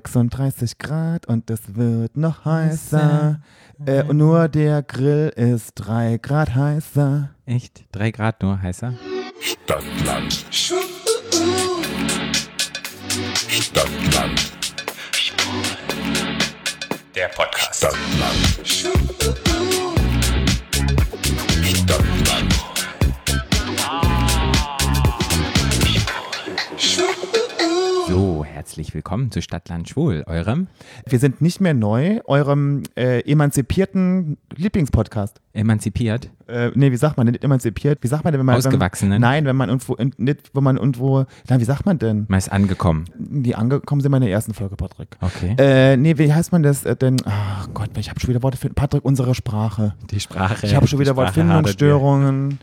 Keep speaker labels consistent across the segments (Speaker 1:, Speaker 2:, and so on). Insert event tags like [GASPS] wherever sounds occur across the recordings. Speaker 1: 36 Grad und es wird noch heißer. Äh,
Speaker 2: Mhm.
Speaker 1: und nur der Grill ist 3 Grad heißer.
Speaker 2: Echt? Drei Grad nur heißer?
Speaker 3: Stadtland. Stadtland. Der Podcast. Stadtland. Stadtland.
Speaker 2: So, herzlich willkommen zu Stadtland Schwul, eurem
Speaker 1: Wir sind nicht mehr neu, eurem äh, emanzipierten Lieblingspodcast.
Speaker 2: emanzipiert.
Speaker 1: Äh, nee, wie sagt man denn nicht emanzipiert? Wie sagt man denn, wenn man.
Speaker 2: Ausgewachsenen.
Speaker 1: Wenn, nein, wenn man irgendwo, in, nicht, wenn man irgendwo. Nein, wie sagt man denn?
Speaker 2: Man ist angekommen.
Speaker 1: Die angekommen sind meine ersten Folge, Patrick.
Speaker 2: Okay.
Speaker 1: Äh, nee, wie heißt man das äh, denn? Ach Gott, ich habe schon wieder Worte für Patrick, unsere Sprache.
Speaker 2: die Sprache.
Speaker 1: Ich habe schon
Speaker 2: die
Speaker 1: wieder
Speaker 2: Sprache
Speaker 1: Wortfindungsstörungen.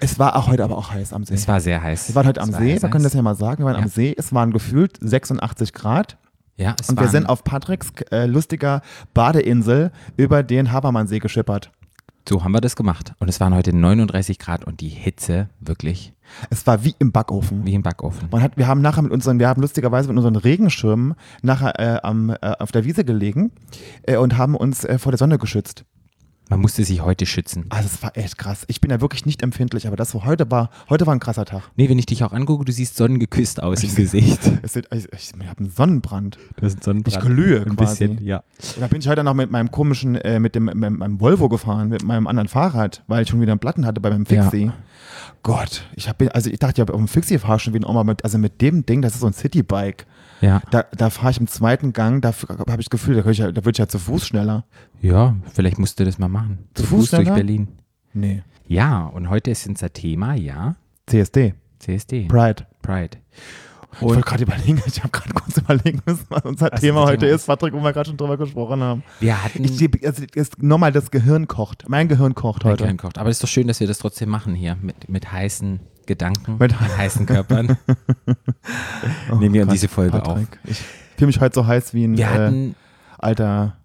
Speaker 1: Es war auch heute aber auch heiß am See.
Speaker 2: hadert mir. Es war sehr heiß.
Speaker 1: wir waren heute am
Speaker 2: Es war
Speaker 1: See,
Speaker 2: heiß,
Speaker 1: wir können
Speaker 2: heiß.
Speaker 1: das ja mal sagen. Wir waren am
Speaker 2: Ja.
Speaker 1: See, es waren gefühlt 86 Grad.
Speaker 2: ja, es
Speaker 1: Und wir
Speaker 2: waren-
Speaker 1: sind auf Patricks äh, lustiger Badeinsel über den Habermannsee geschippert.
Speaker 2: So haben wir das gemacht. Und es waren heute 39 Grad und die Hitze wirklich
Speaker 1: Es war wie im Backofen.
Speaker 2: wie im Backofen.
Speaker 1: Man hat, wir haben nachher mit unseren, wir haben lustigerweise mit unseren Regenschirmen nachher äh, am, äh, auf der Wiese gelegen äh, und haben uns äh, vor der Sonne geschützt.
Speaker 2: Man musste sich heute schützen.
Speaker 1: Also es war echt krass. Ich bin ja wirklich nicht empfindlich, aber das so heute war, heute war ein krasser Tag.
Speaker 2: Nee, wenn ich dich auch angucke, du siehst sonnengeküsst aus
Speaker 1: [LAUGHS]
Speaker 2: im Gesicht.
Speaker 1: Es sind, ich ich, ich habe einen Sonnenbrand.
Speaker 2: Das ist ein Sonnenbrand.
Speaker 1: Ich glühe
Speaker 2: Ein
Speaker 1: quasi.
Speaker 2: bisschen, ja.
Speaker 1: Und da bin ich heute noch mit meinem komischen, äh, mit dem mit meinem Volvo gefahren, mit meinem anderen Fahrrad, weil ich schon wieder einen Platten hatte bei meinem Fixie. Gott, ich habe, also ich dachte, ich habe auf dem Fixie fahre schon wieder auch mal mit, also mit dem Ding, das ist so ein Citybike.
Speaker 2: Ja.
Speaker 1: Da, da fahre ich im zweiten Gang, da f- habe ich das Gefühl, da, könnte ich, ja- da würde ich ja zu Fuß schneller.
Speaker 2: ja, vielleicht musst du das mal machen.
Speaker 1: Zu Fuß ne?
Speaker 2: durch
Speaker 1: schneller?
Speaker 2: Berlin.
Speaker 1: Nee.
Speaker 2: Ja, und heute ist unser Thema, ja,
Speaker 1: CSD,
Speaker 2: CSD.
Speaker 1: Pride.
Speaker 2: Pride.
Speaker 1: ich wollte gerade überlegen, ich habe gerade kurz überlegen müssen, was unser
Speaker 2: Was
Speaker 1: Thema
Speaker 2: unser
Speaker 1: heute
Speaker 2: Thema
Speaker 1: ist, Patrick, wo wir gerade schon drüber gesprochen haben.
Speaker 2: Wir hatten
Speaker 1: Ich, also, jetzt nochmal das Gehirn kocht. Mein Gehirn kocht heute.
Speaker 2: gekocht. Aber es ist doch schön, dass wir das trotzdem machen hier mit, mit heißen Gedanken,
Speaker 1: Mit- Oh [LAUGHS]
Speaker 2: heißen Körpern. [LAUGHS] Nehmen wir diese Folge auf.
Speaker 1: Patrick, Ich fühle mich heute so heiß wie ein
Speaker 2: Wir
Speaker 1: äh,
Speaker 2: hatten, halt,
Speaker 1: alter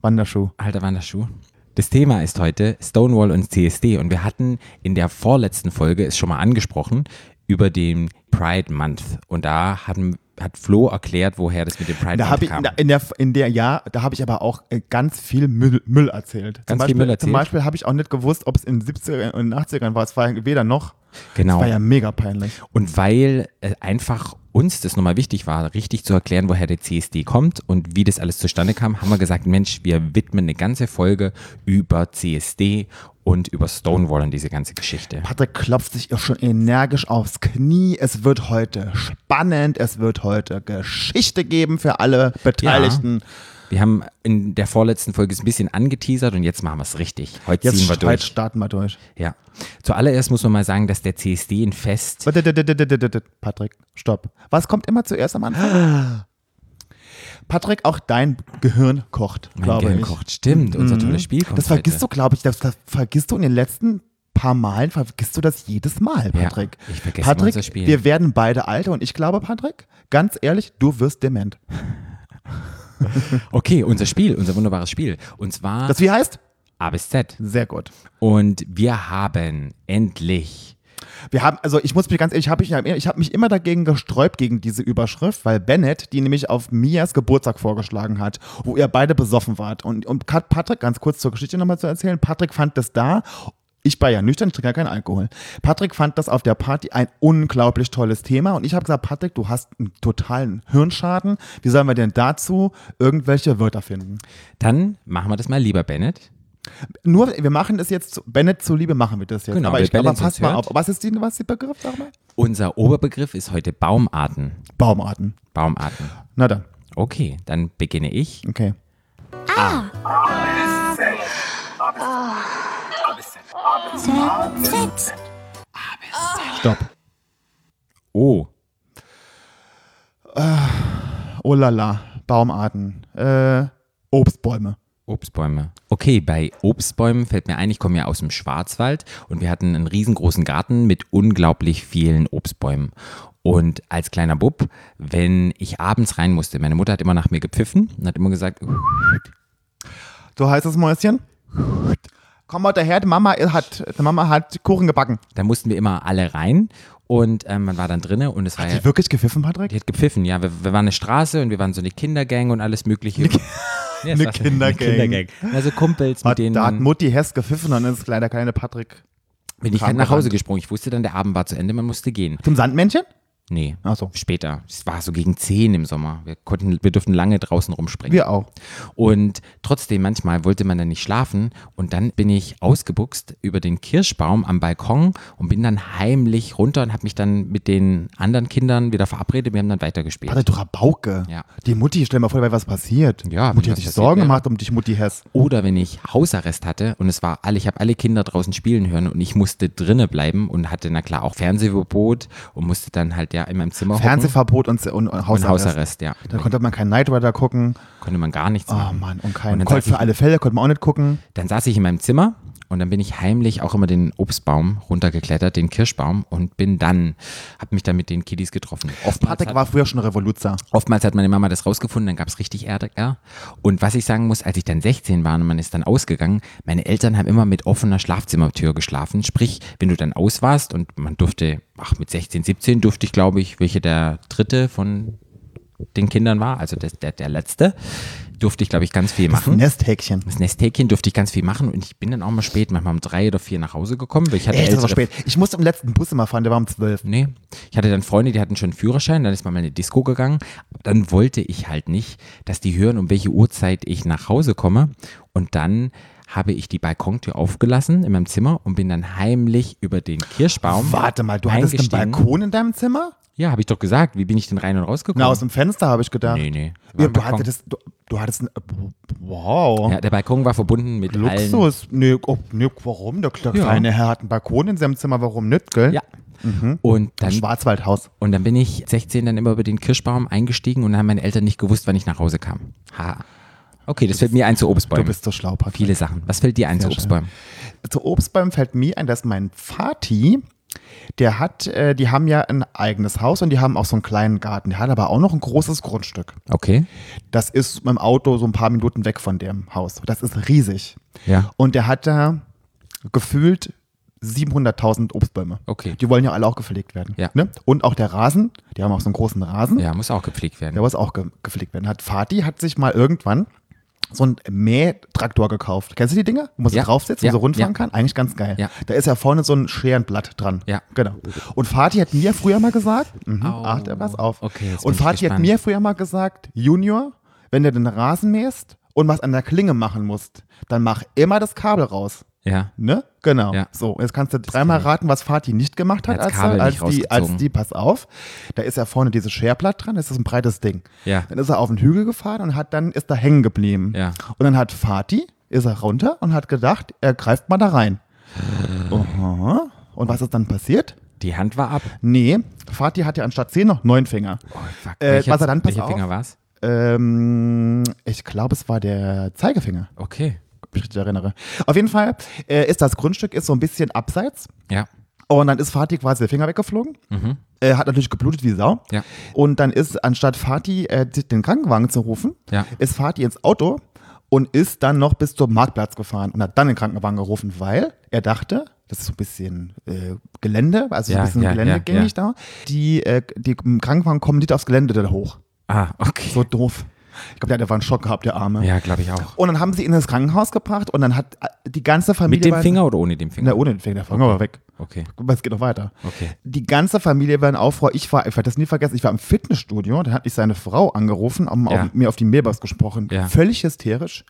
Speaker 1: Wanderschuh.
Speaker 2: alter Wanderschuh. Das Thema ist heute Stonewall und CSD und wir hatten in der vorletzten Folge, ist schon mal angesprochen, über den Pride Month und da haben, hat Flo erklärt, woher das mit dem Pride
Speaker 1: Da
Speaker 2: Month
Speaker 1: habe ich
Speaker 2: kam.
Speaker 1: in der, in der, in der ja, da habe ich aber auch äh, ganz viel Müll, Müll erzählt. zum
Speaker 2: Ganz
Speaker 1: Beispiel,
Speaker 2: viel Müll
Speaker 1: Zum
Speaker 2: erzählt.
Speaker 1: Beispiel habe ich auch nicht gewusst, ob es in den 70ern und 80ern war. Es war ja weder noch.
Speaker 2: genau.
Speaker 1: Es war ja mega peinlich.
Speaker 2: Und weil äh, einfach uns das nochmal wichtig war, richtig zu erklären, woher der CSD kommt und wie das alles zustande kam, haben wir gesagt, Mensch, wir widmen eine ganze Folge über CSD und über Stonewall und diese ganze Geschichte.
Speaker 1: Patrick klopft sich ja schon energisch aufs Knie. Es wird heute spannend. Es wird heute Geschichte geben für alle Beteiligten.
Speaker 2: Wir haben in der vorletzten Folge es ein bisschen angeteasert und jetzt machen wir es richtig. Heute
Speaker 1: Jetzt
Speaker 2: ziehen wir
Speaker 1: heute
Speaker 2: durch.
Speaker 1: starten wir durch.
Speaker 2: Ja. Zuallererst muss man mal sagen, dass der CSD ein Fest.
Speaker 1: Patrick, stopp. Was kommt immer zuerst am Anfang?
Speaker 2: [GASPS]
Speaker 1: Patrick, auch dein Gehirn kocht,
Speaker 2: Mein
Speaker 1: glaube
Speaker 2: Gehirn
Speaker 1: ich.
Speaker 2: kocht. Stimmt, unser tolles Spiel kommt
Speaker 1: Das vergisst
Speaker 2: heute.
Speaker 1: du, glaube ich, das, das vergisst du in den letzten paar Malen, vergisst du das jedes Mal,
Speaker 2: Ja,
Speaker 1: Patrick.
Speaker 2: ich vergesse immer
Speaker 1: Patrick,
Speaker 2: unser Spiel.
Speaker 1: wir werden beide alt und ich glaube, Patrick, ganz ehrlich, du wirst dement.
Speaker 2: Okay, unser Spiel, unser wunderbares Spiel. Und zwar
Speaker 1: Das wie heißt?
Speaker 2: A bis Z.
Speaker 1: Sehr gut.
Speaker 2: Und wir haben endlich
Speaker 1: Wir haben, also ich muss mich ganz ehrlich, hab ich, ich habe mich immer dagegen gesträubt, gegen diese Überschrift, weil Bennett die nämlich auf Mias Geburtstag vorgeschlagen hat, wo ihr beide besoffen wart. Und um Kat- Patrick, ganz kurz zur Geschichte nochmal zu erzählen, Patrick fand das da. Ich war ja nüchtern, ich trinke ja keinen Alkohol. Patrick fand das auf der Party ein unglaublich tolles Thema und ich habe gesagt, Patrick, du hast einen totalen Hirnschaden. Wie sollen wir denn dazu irgendwelche Wörter finden?
Speaker 2: Dann machen wir das mal lieber, Bennett.
Speaker 1: Nur, wir machen das jetzt, zu- Bennett zuliebe machen wir das jetzt.
Speaker 2: Genau,
Speaker 1: aber
Speaker 2: wer
Speaker 1: ich glaube,
Speaker 2: Bennett sonst
Speaker 1: pass mal auf.
Speaker 2: hört.
Speaker 1: Was ist die, was ist die Begriff, sag mal?
Speaker 2: Unser Oberbegriff ist heute Baumarten.
Speaker 1: Baumarten.
Speaker 2: Baumarten.
Speaker 1: Na dann,
Speaker 2: Okay, dann beginne ich.
Speaker 1: okay.
Speaker 4: Z.
Speaker 1: Stopp.
Speaker 2: O.
Speaker 1: Oh la la, Baumarten. Äh, Obstbäume.
Speaker 2: Obstbäume. Okay, bei Obstbäumen fällt mir ein, ich komme ja aus dem Schwarzwald und wir hatten einen riesengroßen Garten mit unglaublich vielen Obstbäumen. Und als kleiner Bub, wenn ich abends rein musste, meine Mutter hat "Oh, immer nach mir gepfiffen und hat immer gesagt,
Speaker 1: So heißt das Mäuschen? komm mal daher, die Mama hat, die Mama hat Kuchen gebacken.
Speaker 2: Da mussten wir immer alle rein und ähm, man war dann drinne und es war ja,
Speaker 1: Die wirklich gepfiffen,
Speaker 2: Äh. die
Speaker 1: Patrick?
Speaker 2: hat gepfiffen, ja, wir, wir waren eine Straße und wir waren so eine Kindergang und alles mögliche. Nee,
Speaker 1: [LAUGHS]
Speaker 2: es
Speaker 1: eine
Speaker 2: war so-
Speaker 1: Kindergang.
Speaker 2: Also Kumpels, mit
Speaker 1: Hat,
Speaker 2: denen
Speaker 1: da hat
Speaker 2: man,
Speaker 1: Mutti Hess gepfiffen und dann ist leider kleine Patrick
Speaker 2: bin ich
Speaker 1: Kram
Speaker 2: nach Hause
Speaker 1: gerannt.
Speaker 2: gesprungen. Ich wusste dann, der Abend war zu Ende, man musste gehen.
Speaker 1: zum Sandmännchen.
Speaker 2: Nee,
Speaker 1: Ach so.
Speaker 2: später. Es war so gegen 10 im Sommer. Wir konnten, wir durften lange draußen rumspringen.
Speaker 1: Wir auch.
Speaker 2: Und trotzdem, manchmal wollte man dann nicht schlafen. Und dann bin ich ausgebuchst über den Kirschbaum am Balkon und bin dann heimlich runter und habe mich dann mit den anderen Kindern wieder verabredet. Wir haben dann weitergespielt.
Speaker 1: Patrick, du Rabauke.
Speaker 2: Ja.
Speaker 1: Die Mutti, stell dir mal vor, weil was passiert.
Speaker 2: Ja, wenn
Speaker 1: Mutti
Speaker 2: was
Speaker 1: hat sich
Speaker 2: passiert
Speaker 1: Sorgen
Speaker 2: wäre.
Speaker 1: gemacht um dich, Mutti Hess.
Speaker 2: Oder wenn ich Hausarrest hatte und es war alle, ich habe alle Kinder draußen spielen hören und ich musste drinnen bleiben und hatte na klar auch Fernsehverbot und musste dann halt ja in meinem Zimmer hocken.
Speaker 1: Fernsehverbot und, und, und
Speaker 2: Und
Speaker 1: Hausarrest.
Speaker 2: Hausarrest, ja.
Speaker 1: Da konnte man keinen Knight Rider gucken.
Speaker 2: Konnte man gar nichts
Speaker 1: Oh
Speaker 2: machen.
Speaker 1: Mann, und
Speaker 2: Und
Speaker 1: keinen
Speaker 2: dann
Speaker 1: Colt
Speaker 2: saß ich-
Speaker 1: für alle Fälle konnte man auch nicht gucken.
Speaker 2: Dann saß ich in meinem Zimmer und dann bin ich heimlich auch immer den Obstbaum runtergeklettert, den Kirschbaum und bin dann, habe mich dann mit den Kiddies getroffen. Oftmals
Speaker 1: Patrick
Speaker 2: hat,
Speaker 1: war früher schon Revoluzer.
Speaker 2: oftmals hat meine Mama das rausgefunden, dann gab es richtig Ärger. Und was ich sagen muss, als ich dann 16 war und man ist dann ausgegangen, meine Eltern haben immer mit offener Schlafzimmertür geschlafen. Sprich, wenn du dann aus warst und man durfte, ach mit 16, 17 durfte ich glaube ich, welche der dritte von den Kindern war, also das, der, der letzte, durfte ich glaube ich ganz viel machen.
Speaker 1: Nesthäkchen.
Speaker 2: Das Nesthäkchen durfte ich ganz viel machen und ich bin dann auch mal spät, manchmal um drei oder vier nach Hause gekommen, weil ich hatte
Speaker 1: Ey, das war
Speaker 2: ältere-
Speaker 1: spät. Ich musste im letzten Bus immer fahren, der war um 12.
Speaker 2: Nee. Ich hatte dann Freunde, die hatten schon einen Führerschein, dann ist man mal in eine Disco gegangen. Dann wollte ich halt nicht, dass die hören, um welche Uhrzeit ich nach Hause komme. Und dann habe ich die Balkontür aufgelassen in meinem Zimmer und bin dann heimlich über den Kirschbaum.
Speaker 1: Warte mal, du hattest einen
Speaker 2: eingestiegen.
Speaker 1: Balkon in deinem Zimmer?
Speaker 2: Ja, habe ich doch gesagt. Wie bin ich denn rein und rausgekommen?
Speaker 1: Na, aus dem Fenster habe ich gedacht.
Speaker 2: nee, nee. War
Speaker 1: Ja,
Speaker 2: ein
Speaker 1: du,
Speaker 2: Balkon.
Speaker 1: hattest, du, du hattest ein, Wow.
Speaker 2: ja, der Balkon war verbunden mit allen
Speaker 1: Luxus. Nee, oh, nee, warum? Der kleine
Speaker 2: Ja.
Speaker 1: Herr hat einen Balkon in seinem Zimmer, warum nicht, gell?
Speaker 2: Ja.
Speaker 1: Mhm.
Speaker 2: Und dann
Speaker 1: Schwarzwaldhaus.
Speaker 2: Und dann bin ich 16 dann immer über den Kirschbaum eingestiegen und dann haben meine Eltern nicht gewusst, wann ich nach Hause kam. Ha. Okay, das fällt mir ein zu
Speaker 1: Du
Speaker 2: Obstbäumen.
Speaker 1: bist so schlau, Patrick.
Speaker 2: Viele Sachen. Was fällt dir ein zu
Speaker 1: schön.
Speaker 2: Obstbäumen?
Speaker 1: zu Obstbäumen fällt mir ein, dass mein Vati, der hat, äh, die haben ja ein eigenes Haus und die haben auch so einen kleinen Garten. Der hat aber auch noch ein großes Grundstück.
Speaker 2: Okay.
Speaker 1: Das ist mit dem Auto so ein paar Minuten weg von dem Haus. Das ist riesig.
Speaker 2: Ja.
Speaker 1: Und der hat da gefühlt 700.000 Obstbäume.
Speaker 2: Okay.
Speaker 1: Die wollen ja alle auch gepflegt werden.
Speaker 2: Ja.
Speaker 1: Ne? Und auch der Rasen, die haben auch so einen großen Rasen.
Speaker 2: Ja, muss auch gepflegt werden.
Speaker 1: Der muss auch ge gepflegt werden. Hat Fatih hat sich mal irgendwann so einen Mähtraktor gekauft. Kennst du die Dinger? Wo man
Speaker 2: Ja.
Speaker 1: so draufsitzt
Speaker 2: Ja.
Speaker 1: und so rundfahren
Speaker 2: Ja.
Speaker 1: kann? Eigentlich ganz geil.
Speaker 2: Ja.
Speaker 1: Da ist ja vorne so ein Scherenblatt dran.
Speaker 2: Ja.
Speaker 1: Genau. Und Fatih hat mir früher mal gesagt, mhm,
Speaker 2: Au.
Speaker 1: ach, da pass auf.
Speaker 2: Okay, jetzt bin
Speaker 1: und
Speaker 2: ich
Speaker 1: Fatih hat
Speaker 2: gespannt.
Speaker 1: mir früher mal gesagt, Junior, wenn du den Rasen mähst und was an der Klinge machen musst, dann mach immer das Kabel raus.
Speaker 2: ja.
Speaker 1: Ne? Genau.
Speaker 2: Ja.
Speaker 1: So, jetzt kannst du dreimal raten, was Fatih nicht gemacht hat,
Speaker 2: Er hat's
Speaker 1: als,
Speaker 2: Kabel
Speaker 1: er, als,
Speaker 2: nicht
Speaker 1: die, als
Speaker 2: rausgezogen.
Speaker 1: die, pass auf, da ist ja vorne dieses Scherblatt dran, das ist ein breites Ding.
Speaker 2: Ja.
Speaker 1: Dann ist er auf den Hügel gefahren und hat dann, ist da hängen geblieben.
Speaker 2: Ja.
Speaker 1: Und dann hat Fatih, ist er runter und hat gedacht, er greift mal da rein.
Speaker 2: Äh.
Speaker 1: Aha. Und was ist dann passiert?
Speaker 2: Die Hand war ab.
Speaker 1: Nee, Fatih hat ja anstatt zehn noch neun Finger.
Speaker 2: Oh, fuck.
Speaker 1: Äh, was er dann- pass
Speaker 2: welcher
Speaker 1: auf.
Speaker 2: Finger war's?
Speaker 1: Ähm, ich glaube, es war der Zeigefinger,
Speaker 2: Okay.
Speaker 1: wenn ich mich richtig erinnere. Auf jeden Fall äh, ist das Grundstück ist so ein bisschen abseits.
Speaker 2: Ja.
Speaker 1: Und dann ist Fatih quasi der Finger weggeflogen. Äh, hat natürlich geblutet wie Sau.
Speaker 2: Mhm. Ja.
Speaker 1: Und dann ist, anstatt Fatih äh, den Krankenwagen zu rufen,
Speaker 2: Ja.
Speaker 1: ist Fatih ins Auto und ist dann noch bis zum Marktplatz gefahren und hat dann den Krankenwagen gerufen, weil er dachte, das ist so ein bisschen äh, Gelände, also so
Speaker 2: Ja,
Speaker 1: ein bisschen
Speaker 2: ja, ja,
Speaker 1: geländegängig da. Die, äh, die Krankenwagen kommen nicht aufs Gelände da hoch.
Speaker 2: Ah, okay.
Speaker 1: So doof. Ich glaube, der hat einfach einen Schock gehabt, der Arme.
Speaker 2: Ja, glaube ich auch.
Speaker 1: Und dann haben sie ihn ins Krankenhaus gebracht und dann hat äh, die ganze Familie.
Speaker 2: Mit dem
Speaker 1: war-
Speaker 2: Finger oder ohne den Finger?
Speaker 1: Na, oh. ohne den Finger, der Finger war weg.
Speaker 2: Okay.
Speaker 1: Guck mal, es geht noch weiter.
Speaker 2: Okay.
Speaker 1: Die ganze Familie war in Aufruhr. Ich war, ich werde das nie vergessen, ich war im Fitnessstudio, dann hat mich seine Frau angerufen, haben
Speaker 2: Ja.
Speaker 1: auf, mir auf die Mailbox gesprochen.
Speaker 2: Ja.
Speaker 1: Völlig hysterisch.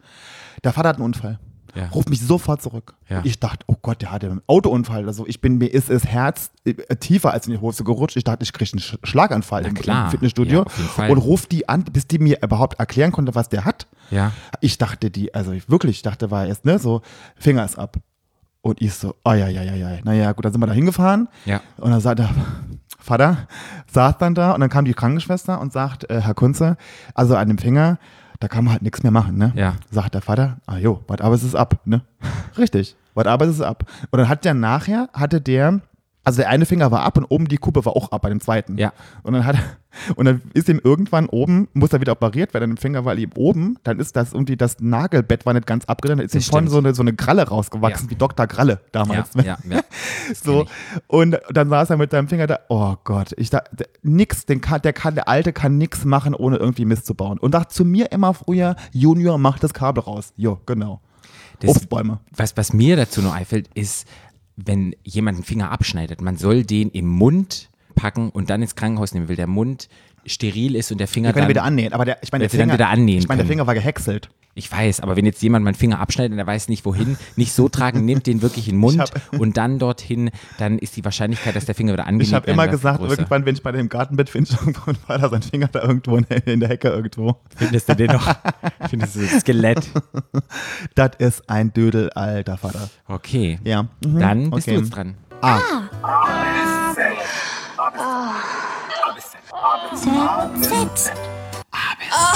Speaker 1: Der Vater hat einen Unfall.
Speaker 2: Ja.
Speaker 1: Ruft mich sofort zurück.
Speaker 2: Ja.
Speaker 1: Und Ich dachte, oh Gott, der hatte einen Autounfall oder so. Ich bin, mir ist das Herz äh, tiefer als in die Hose gerutscht. Ich dachte, ich kriege einen Sch Schlaganfall im,
Speaker 2: klar.
Speaker 1: im Fitnessstudio.
Speaker 2: Ja, auf jeden Fall.
Speaker 1: Und ruft die an, bis die mir überhaupt erklären konnte, was der hat.
Speaker 2: Ja.
Speaker 1: Ich dachte, die, also ich wirklich ich dachte, war erst, ne, so, Finger ist ab. Und ich so, ah ja, ja, ja, ja. Naja, gut, dann sind wir da hingefahren.
Speaker 2: Ja.
Speaker 1: Und dann sagt der Vater, saß dann da und dann kam die Krankenschwester und sagt, äh, Herr Kunze, also an dem Finger, da kann man halt nichts mehr machen, ne?
Speaker 2: Ja.
Speaker 1: Sagt der Vater, ah jo, [LAUGHS] was aber es ist ab, ne? Richtig, was aber es ist ab. Und dann hat der nachher, hatte der Also der eine Finger war ab und oben die Kuppe war auch ab bei dem zweiten.
Speaker 2: Ja.
Speaker 1: Und dann hat und dann ist ihm irgendwann oben, muss er wieder operiert werden, im Finger war ihm oben, dann ist das irgendwie, das Nagelbett war nicht ganz abgerissen, dann ist ihm
Speaker 2: Das
Speaker 1: vorne
Speaker 2: stimmt.
Speaker 1: so eine, so eine Kralle rausgewachsen,
Speaker 2: Ja.
Speaker 1: wie Dr. Kralle
Speaker 2: Ja,
Speaker 1: damals. ne?
Speaker 2: ja, ja.
Speaker 1: So, und dann saß er mit seinem Finger da, oh Gott, ich da, der- nix, den kann, der kann, der Alte kann nix machen, ohne irgendwie Mist zu bauen. Und sagt zu mir immer früher, Junior, mach das Kabel raus. Jo, genau.
Speaker 2: Das-
Speaker 1: Obstbäume.
Speaker 2: Was, was mir dazu nur einfällt, ist, wenn jemand einen Finger abschneidet, man soll den im Mund packen und dann ins Krankenhaus nehmen, weil der Mund steril ist und der Finger
Speaker 1: Wir können
Speaker 2: dann,
Speaker 1: wieder annähen, aber der, ich meine, der
Speaker 2: Dass sie dann
Speaker 1: Finger,
Speaker 2: wieder annähen
Speaker 1: ich meine, der
Speaker 2: können.
Speaker 1: Finger war gehäckselt.
Speaker 2: Ich weiß, aber wenn jetzt jemand meinen Finger abschneidet und er weiß nicht wohin, nicht so tragen, nimmt den wirklich in den Mund
Speaker 1: hab-
Speaker 2: und dann dorthin, dann ist die Wahrscheinlichkeit, dass der Finger wieder angenehm
Speaker 1: Ich habe immer gesagt, irgendwann, wenn ich bei dem Gartenbett finde, ich irgendwo einen Vater, sein Finger da irgendwo in, in der Hecke irgendwo.
Speaker 2: Findest du den noch? Findest du das Skelett?
Speaker 1: Das ist ein Dödel, alter Vater.
Speaker 2: Okay.
Speaker 1: Ja. Mhm.
Speaker 2: Dann bist
Speaker 1: Okay.
Speaker 2: du jetzt dran.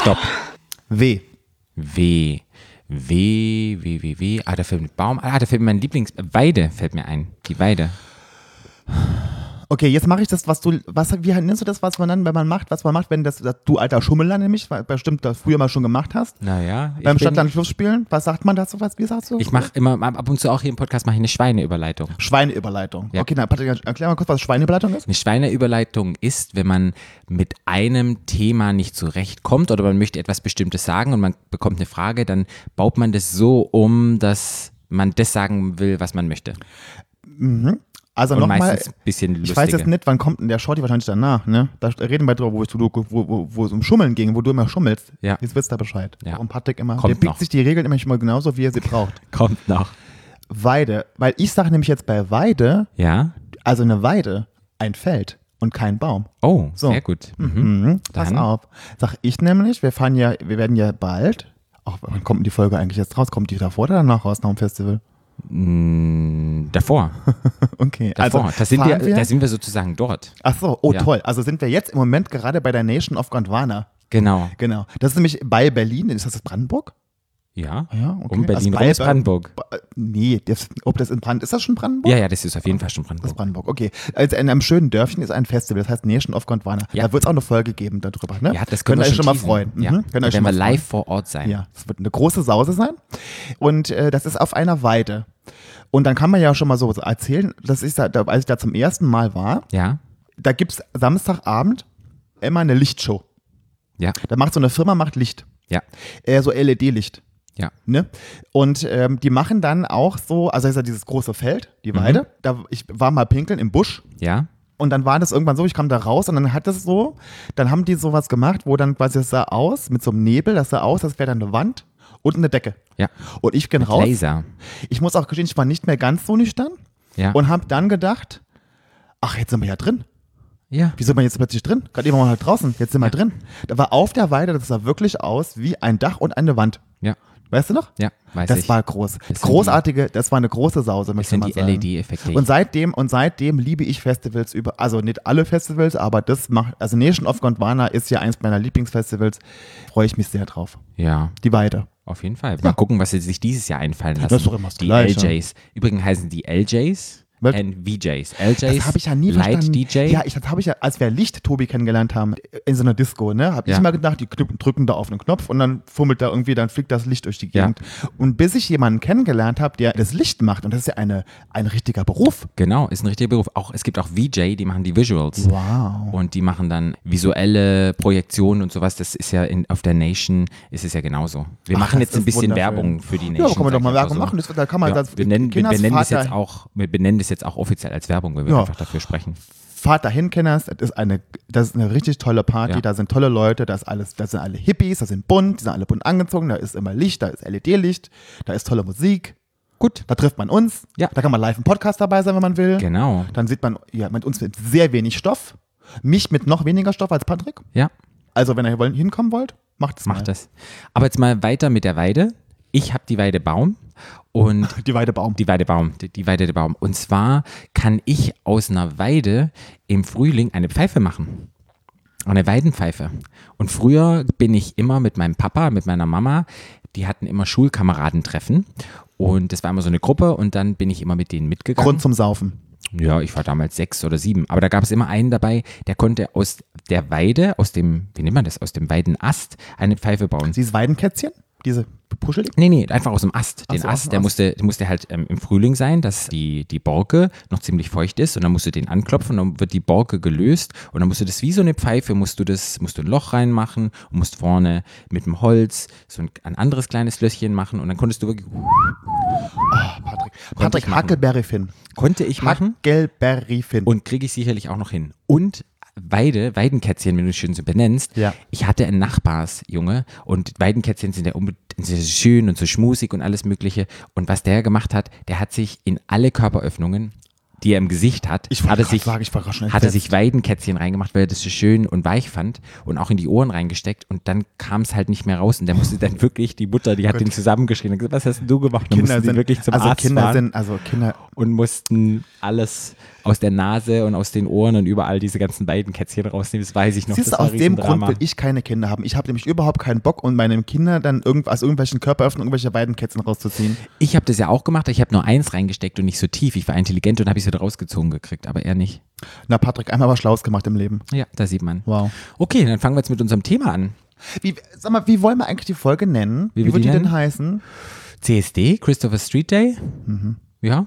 Speaker 2: Stopp.
Speaker 1: W.
Speaker 2: W. W, W, W, W. Ah, da fällt mir Baum. Ah, da fällt mir mein Lieblings. Weide fällt mir ein. Die Weide.
Speaker 1: Okay, jetzt mache ich das, was du, was, wie nennst du das, was man dann, wenn man macht, was man macht, wenn das, das du alter Schummeler nämlich, weil bestimmt das früher mal schon gemacht hast,
Speaker 2: Naja.
Speaker 1: beim
Speaker 2: ich, bin-
Speaker 1: Stadtland Schlussspielen, was sagt man dazu, was, wie sagst du?
Speaker 2: ich mache immer, ab und zu auch hier im Podcast mache ich eine Schweineüberleitung.
Speaker 1: Schweineüberleitung.
Speaker 2: Ja.
Speaker 1: Okay, na, Patrick, erklär mal kurz, was Schweineüberleitung ist.
Speaker 2: Eine Schweineüberleitung ist, wenn man mit einem Thema nicht zurechtkommt oder man möchte etwas Bestimmtes sagen und man bekommt eine Frage, dann baut man das so um, dass man das sagen will, was man möchte.
Speaker 1: Also
Speaker 2: Und
Speaker 1: nochmal,
Speaker 2: meistens ein bisschen lustiger.
Speaker 1: ich weiß jetzt nicht, wann kommt denn der Shorty wahrscheinlich danach, ne? Da reden wir drüber, wo, ich, wo, wo, wo es um Schummeln ging, wo du immer schummelst.
Speaker 2: Ja.
Speaker 1: Jetzt wisst ihr Bescheid.
Speaker 2: Ja.
Speaker 1: Warum Patrick immer,
Speaker 2: Kommt
Speaker 1: der biegt
Speaker 2: noch.
Speaker 1: sich die Regeln immer schon mal genauso, wie er sie
Speaker 2: [LAUGHS]
Speaker 1: braucht.
Speaker 2: Kommt noch.
Speaker 1: Weide, weil ich sage nämlich jetzt bei Weide,
Speaker 2: Ja?
Speaker 1: also eine Weide, ein Feld und kein Baum.
Speaker 2: Oh,
Speaker 1: So.
Speaker 2: sehr gut. Mhm.
Speaker 1: Mhm, pass
Speaker 2: Dann?
Speaker 1: auf. Sag ich nämlich, wir fahren ja, wir werden ja bald. Ach, wann kommt denn die Folge eigentlich jetzt raus? Kommt die davor oder danach raus nach dem Festival? [LAUGHS]
Speaker 2: Hm, Davor.
Speaker 1: Okay,
Speaker 2: Davor.
Speaker 1: also
Speaker 2: da, sind wir,
Speaker 1: fahren
Speaker 2: da sind wir sozusagen dort.
Speaker 1: Ach so, oh
Speaker 2: Ja.
Speaker 1: toll. Also sind wir jetzt im Moment gerade bei der Nation of Gondwana.
Speaker 2: Genau.
Speaker 1: Genau. Das ist nämlich bei Berlin. Ist das das Brandenburg?
Speaker 2: Ja.
Speaker 1: Ja, okay.
Speaker 2: Um
Speaker 1: Also
Speaker 2: Berlin
Speaker 1: bei-
Speaker 2: rum ist
Speaker 1: bei-
Speaker 2: Brandenburg.
Speaker 1: Ba- Nee, das, ob das in Brand ist das schon Brandenburg?
Speaker 2: Ja, ja, das ist auf jeden Fall schon
Speaker 1: Das ist
Speaker 2: Brandenburg.
Speaker 1: Brandenburg, okay. Also in einem schönen Dörfchen ist ein Festival, das heißt Nation of Gondwana.
Speaker 2: Ja.
Speaker 1: Da wird es auch eine Folge geben darüber, ne?
Speaker 2: Ja, das
Speaker 1: Könnt
Speaker 2: können
Speaker 1: ihr
Speaker 2: wir
Speaker 1: euch schon mal
Speaker 2: teasen.
Speaker 1: freuen. Mhm.
Speaker 2: Ja.
Speaker 1: Könnt ihr
Speaker 2: Da
Speaker 1: euch
Speaker 2: werden
Speaker 1: schon
Speaker 2: wir
Speaker 1: mal freuen.
Speaker 2: live vor Ort sein.
Speaker 1: Ja, es wird eine große Sause sein. Und äh, das ist auf einer Weide. Und dann kann man ja schon mal so erzählen, das ist da, da als ich da zum ersten Mal war,
Speaker 2: Ja.
Speaker 1: da gibt es Samstagabend immer eine Lichtshow.
Speaker 2: Ja.
Speaker 1: Da macht so eine Firma macht Licht.
Speaker 2: Ja.
Speaker 1: Äh, so LED-Licht.
Speaker 2: Ja.
Speaker 1: Ne? Und ähm, die machen dann auch so, also ist ja dieses große Feld, die Weide. Da, ich war mal pinkeln im Busch
Speaker 2: Ja.
Speaker 1: und dann war das irgendwann so, ich kam da raus und dann hat das so, dann haben die sowas gemacht, wo dann quasi das sah aus, mit so einem Nebel, das sah aus, als wäre da eine Wand und eine Decke.
Speaker 2: Ja.
Speaker 1: Und ich bin raus.
Speaker 2: Laser.
Speaker 1: Ich muss auch gestehen, ich war nicht mehr ganz so nüchtern
Speaker 2: Ja.
Speaker 1: und habe dann gedacht, ach, jetzt sind wir ja drin.
Speaker 2: ja.
Speaker 1: Wie sind wir jetzt plötzlich drin? Gerade eben waren wir halt draußen, jetzt sind wir drin. Da war auf der Weide, das sah wirklich aus wie ein Dach und eine Wand.
Speaker 2: Ja.
Speaker 1: Weißt du noch?
Speaker 2: Ja, weiß
Speaker 1: das
Speaker 2: ich.
Speaker 1: war groß.
Speaker 2: Das sind
Speaker 1: Großartige, das war eine große Sause,
Speaker 2: Das
Speaker 1: möchte
Speaker 2: sind
Speaker 1: man
Speaker 2: die E
Speaker 1: sagen.
Speaker 2: LED-Effekte.
Speaker 1: Und seitdem, und seitdem liebe ich Festivals über, also nicht alle Festivals, aber das macht, also Nation of Gondwana ist ja eins meiner Lieblingsfestivals. Freue ich mich sehr drauf.
Speaker 2: Ja,
Speaker 1: Die Weide.
Speaker 2: auf jeden Fall. Mal gucken, was sie sich dieses Jahr einfallen lassen.
Speaker 1: ist doch immer das
Speaker 2: die
Speaker 1: Gleiche.
Speaker 2: LJs. Übrigens heißen die LJs
Speaker 1: Was?
Speaker 2: und VJs. LJs.
Speaker 1: Das habe ich ja nie
Speaker 2: Light
Speaker 1: verstanden.
Speaker 2: DJ.
Speaker 1: Ja, ich, das habe ich ja, als wir Licht-Tobi kennengelernt haben, in so einer Disco, ne, habe ich
Speaker 2: Ja.
Speaker 1: immer gedacht, die knüpp- drücken da auf einen Knopf und dann fummelt da irgendwie, dann fliegt das Licht durch die
Speaker 2: Ja.
Speaker 1: Gegend. Und bis ich jemanden kennengelernt habe, der das Licht macht, und das ist ja eine, ein richtiger Beruf.
Speaker 2: genau, ist ein richtiger Beruf. Auch, es gibt auch VJ, die machen die Visuals.
Speaker 1: Wow.
Speaker 2: Und die machen dann visuelle Projektionen und sowas. Das ist ja in, auf der Nation ist es ja genauso. Wir
Speaker 1: Ach,
Speaker 2: machen
Speaker 1: das
Speaker 2: jetzt ein
Speaker 1: ist
Speaker 2: bisschen
Speaker 1: wunderschön.
Speaker 2: Werbung für die Nation.
Speaker 1: Ja, aber kann man
Speaker 2: sag
Speaker 1: doch
Speaker 2: ich
Speaker 1: mal
Speaker 2: einfach
Speaker 1: Werbung machen. Das, da kann man
Speaker 2: Ja,
Speaker 1: das,
Speaker 2: wir nennen, wir
Speaker 1: Kinders
Speaker 2: benennen das
Speaker 1: Vater-
Speaker 2: jetzt auch, wir benennen das jetzt auch offiziell als Werbung, weil wir
Speaker 1: Ja.
Speaker 2: einfach dafür sprechen.
Speaker 1: Fahrt dahin, Kenners, das ist eine, das ist eine richtig tolle Party,
Speaker 2: Ja.
Speaker 1: da sind tolle Leute, da ist alles, da sind alle Hippies, da sind bunt, die sind alle bunt angezogen, da ist immer Licht, da ist LED-Licht, da ist tolle Musik,
Speaker 2: Gut.
Speaker 1: da trifft man uns,
Speaker 2: Ja.
Speaker 1: da kann man live im Podcast dabei sein, wenn man will.
Speaker 2: Genau.
Speaker 1: Dann sieht man, ja, mit uns mit sehr wenig Stoff, mich mit noch weniger Stoff als Patrick.
Speaker 2: Ja.
Speaker 1: Also, wenn ihr wollen, hinkommen wollt, macht es mal.
Speaker 2: Macht das. Aber jetzt mal weiter mit der Weide. Ich habe die Weide Baum und
Speaker 1: Die Weidebaum.
Speaker 2: die Weide Baum, die, die Weide der Baum. Und zwar kann ich aus einer Weide im Frühling eine Pfeife machen. Eine Weidenpfeife. Und früher bin ich immer mit meinem Papa, mit meiner Mama, die hatten immer Schulkameradentreffen. Und das war immer so eine Gruppe und dann bin ich immer mit denen mitgegangen.
Speaker 1: Grund zum Saufen.
Speaker 2: Ja, ich war damals sechs oder sieben. Aber da gab es immer einen dabei, der konnte aus der Weide, aus dem, wie nennt man das, aus dem Weidenast eine Pfeife bauen.
Speaker 1: Dieses Weidenkätzchen? Diese Puschel?
Speaker 2: Nee, nee, einfach aus dem Ast. Den
Speaker 1: so, aus
Speaker 2: Ast,
Speaker 1: dem
Speaker 2: der
Speaker 1: Ast.
Speaker 2: musste, der musste halt ähm, im Frühling sein, dass die, die Borke noch ziemlich feucht ist und dann musst du den anklopfen und dann wird die Borke gelöst und dann musst du das wie so eine Pfeife, musst du das, musst du ein Loch reinmachen und musst vorne mit dem Holz so ein, ein anderes kleines Löchchen machen und dann konntest du wirklich,
Speaker 1: Ah, Patrick.
Speaker 2: Konnte ich
Speaker 1: Patrick
Speaker 2: machen.
Speaker 1: Huckleberry-Finn.
Speaker 2: konnte ich machen.
Speaker 1: Huckleberry-Finn.
Speaker 2: Und kriege ich sicherlich auch noch hin. Und Weide, Weidenkätzchen, wenn du es schön so benennst.
Speaker 1: Ja.
Speaker 2: Ich hatte einen Nachbarsjunge und Weidenkätzchen sind ja unbe- sind so schön und so schmusig und alles Mögliche. Und was der gemacht hat, der hat sich in alle Körperöffnungen, die er im Gesicht hat,
Speaker 1: Ich
Speaker 2: hat
Speaker 1: wollte
Speaker 2: er
Speaker 1: grad
Speaker 2: sich,
Speaker 1: sagen, ich war grad schon
Speaker 2: hat er
Speaker 1: entsetzt.
Speaker 2: sich Weidenkätzchen reingemacht, weil er das so schön und weich fand und auch in die Ohren reingesteckt und dann kam es halt nicht mehr raus und der musste dann [LAUGHS] wirklich, die Mutter, die hat ihn zusammengeschrien und gesagt, was hast denn du gemacht? Dann mussten die wirklich zum
Speaker 1: also
Speaker 2: Arzt
Speaker 1: Kinder
Speaker 2: fahren
Speaker 1: sind, also Kinder,
Speaker 2: und mussten alles aus der Nase und aus den Ohren und überall diese ganzen beiden Kätzchen rausnehmen. Das weiß ich noch.
Speaker 1: Siehst du,
Speaker 2: das war
Speaker 1: aus dem
Speaker 2: Riesendrama.
Speaker 1: Grund will ich keine Kinder haben. Ich habe nämlich überhaupt keinen Bock, um meinem Kinder dann irgend, aus irgendwelchen Körperöffnungen irgendwelche Weidenkätzchen rauszuziehen.
Speaker 2: Ich habe das ja auch gemacht, aber ich habe nur eins reingesteckt und nicht so tief. Ich war intelligent und habe es wieder rausgezogen gekriegt, aber er nicht.
Speaker 1: Na, Patrick, einmal was Schlaues gemacht im Leben.
Speaker 2: Ja, da sieht man.
Speaker 1: Wow.
Speaker 2: Okay, dann fangen wir jetzt mit unserem Thema an.
Speaker 1: Wie, sag mal, wie wollen wir eigentlich die Folge nennen?
Speaker 2: Wie wir
Speaker 1: wie wird
Speaker 2: die
Speaker 1: die denn
Speaker 2: nennen?
Speaker 1: heißen?
Speaker 2: CSD, Christopher Street Day.
Speaker 1: Mhm.
Speaker 2: Ja.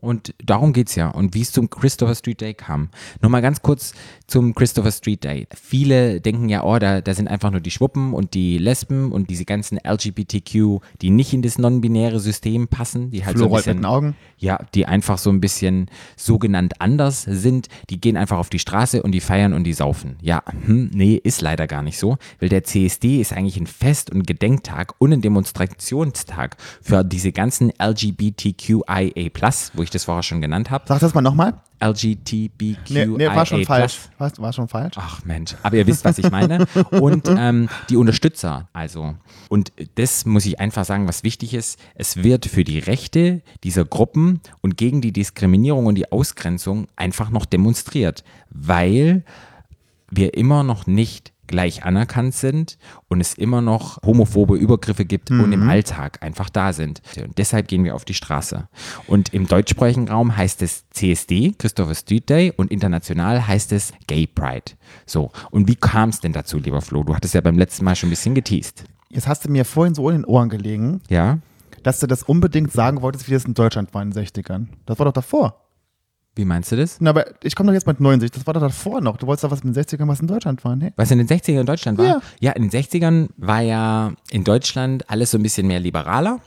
Speaker 2: Und darum geht's ja. Und wie es zum Christopher Street Day kam. Nochmal ganz kurz zum Christopher Street Day. Viele denken ja, oh, da, da sind einfach nur die Schwuppen und die Lesben und diese ganzen LGBTQ, die nicht in das non-binäre System passen, die halt
Speaker 1: Flo
Speaker 2: so ein
Speaker 1: rollt mit
Speaker 2: bisschen,
Speaker 1: den Augen.
Speaker 2: ja, die einfach so ein bisschen sogenannt anders sind, die gehen einfach auf die Straße und die feiern und die saufen. Ja, hm, nee, ist leider gar nicht so, weil der CSD ist eigentlich ein Fest- und Gedenktag und ein Demonstrationstag für diese ganzen LGBTQIA+, wo ich das vorher schon genannt habe.
Speaker 1: Sag das mal nochmal. Nee,
Speaker 2: LGBTQIA+.
Speaker 1: nee, war schon falsch. War, war schon falsch.
Speaker 2: Ach Mensch, aber ihr wisst, was ich meine. Und ähm, die Unterstützer, also. Und das muss ich einfach sagen, was wichtig ist. Es wird für die Rechte dieser Gruppen und gegen die Diskriminierung und die Ausgrenzung einfach noch demonstriert, weil wir immer noch nicht gleich anerkannt sind und es immer noch homophobe Übergriffe gibt und im Alltag einfach da sind. Und deshalb gehen wir auf die Straße. Und im deutschsprachigen Raum heißt es CSD, Christopher Street Day, und international heißt es Gay Pride. So, und wie kam es denn dazu, lieber Flo? Du hattest ja beim letzten Mal schon ein bisschen geteased.
Speaker 1: Jetzt hast du mir vorhin so in den Ohren gelegen,
Speaker 2: Ja?
Speaker 1: dass du das unbedingt sagen wolltest, wie das in Deutschland war in den 60ern. Das war doch davor.
Speaker 2: Wie meinst du das?
Speaker 1: Na, aber ich komme doch jetzt mit 90. Das war doch davor noch. Du wolltest doch was mit den 60ern, was in Deutschland war. ne? Nee.
Speaker 2: Was in den 60ern in Deutschland war? Ja.
Speaker 1: Ja.
Speaker 2: in den 60ern war ja in Deutschland alles so ein bisschen mehr liberaler.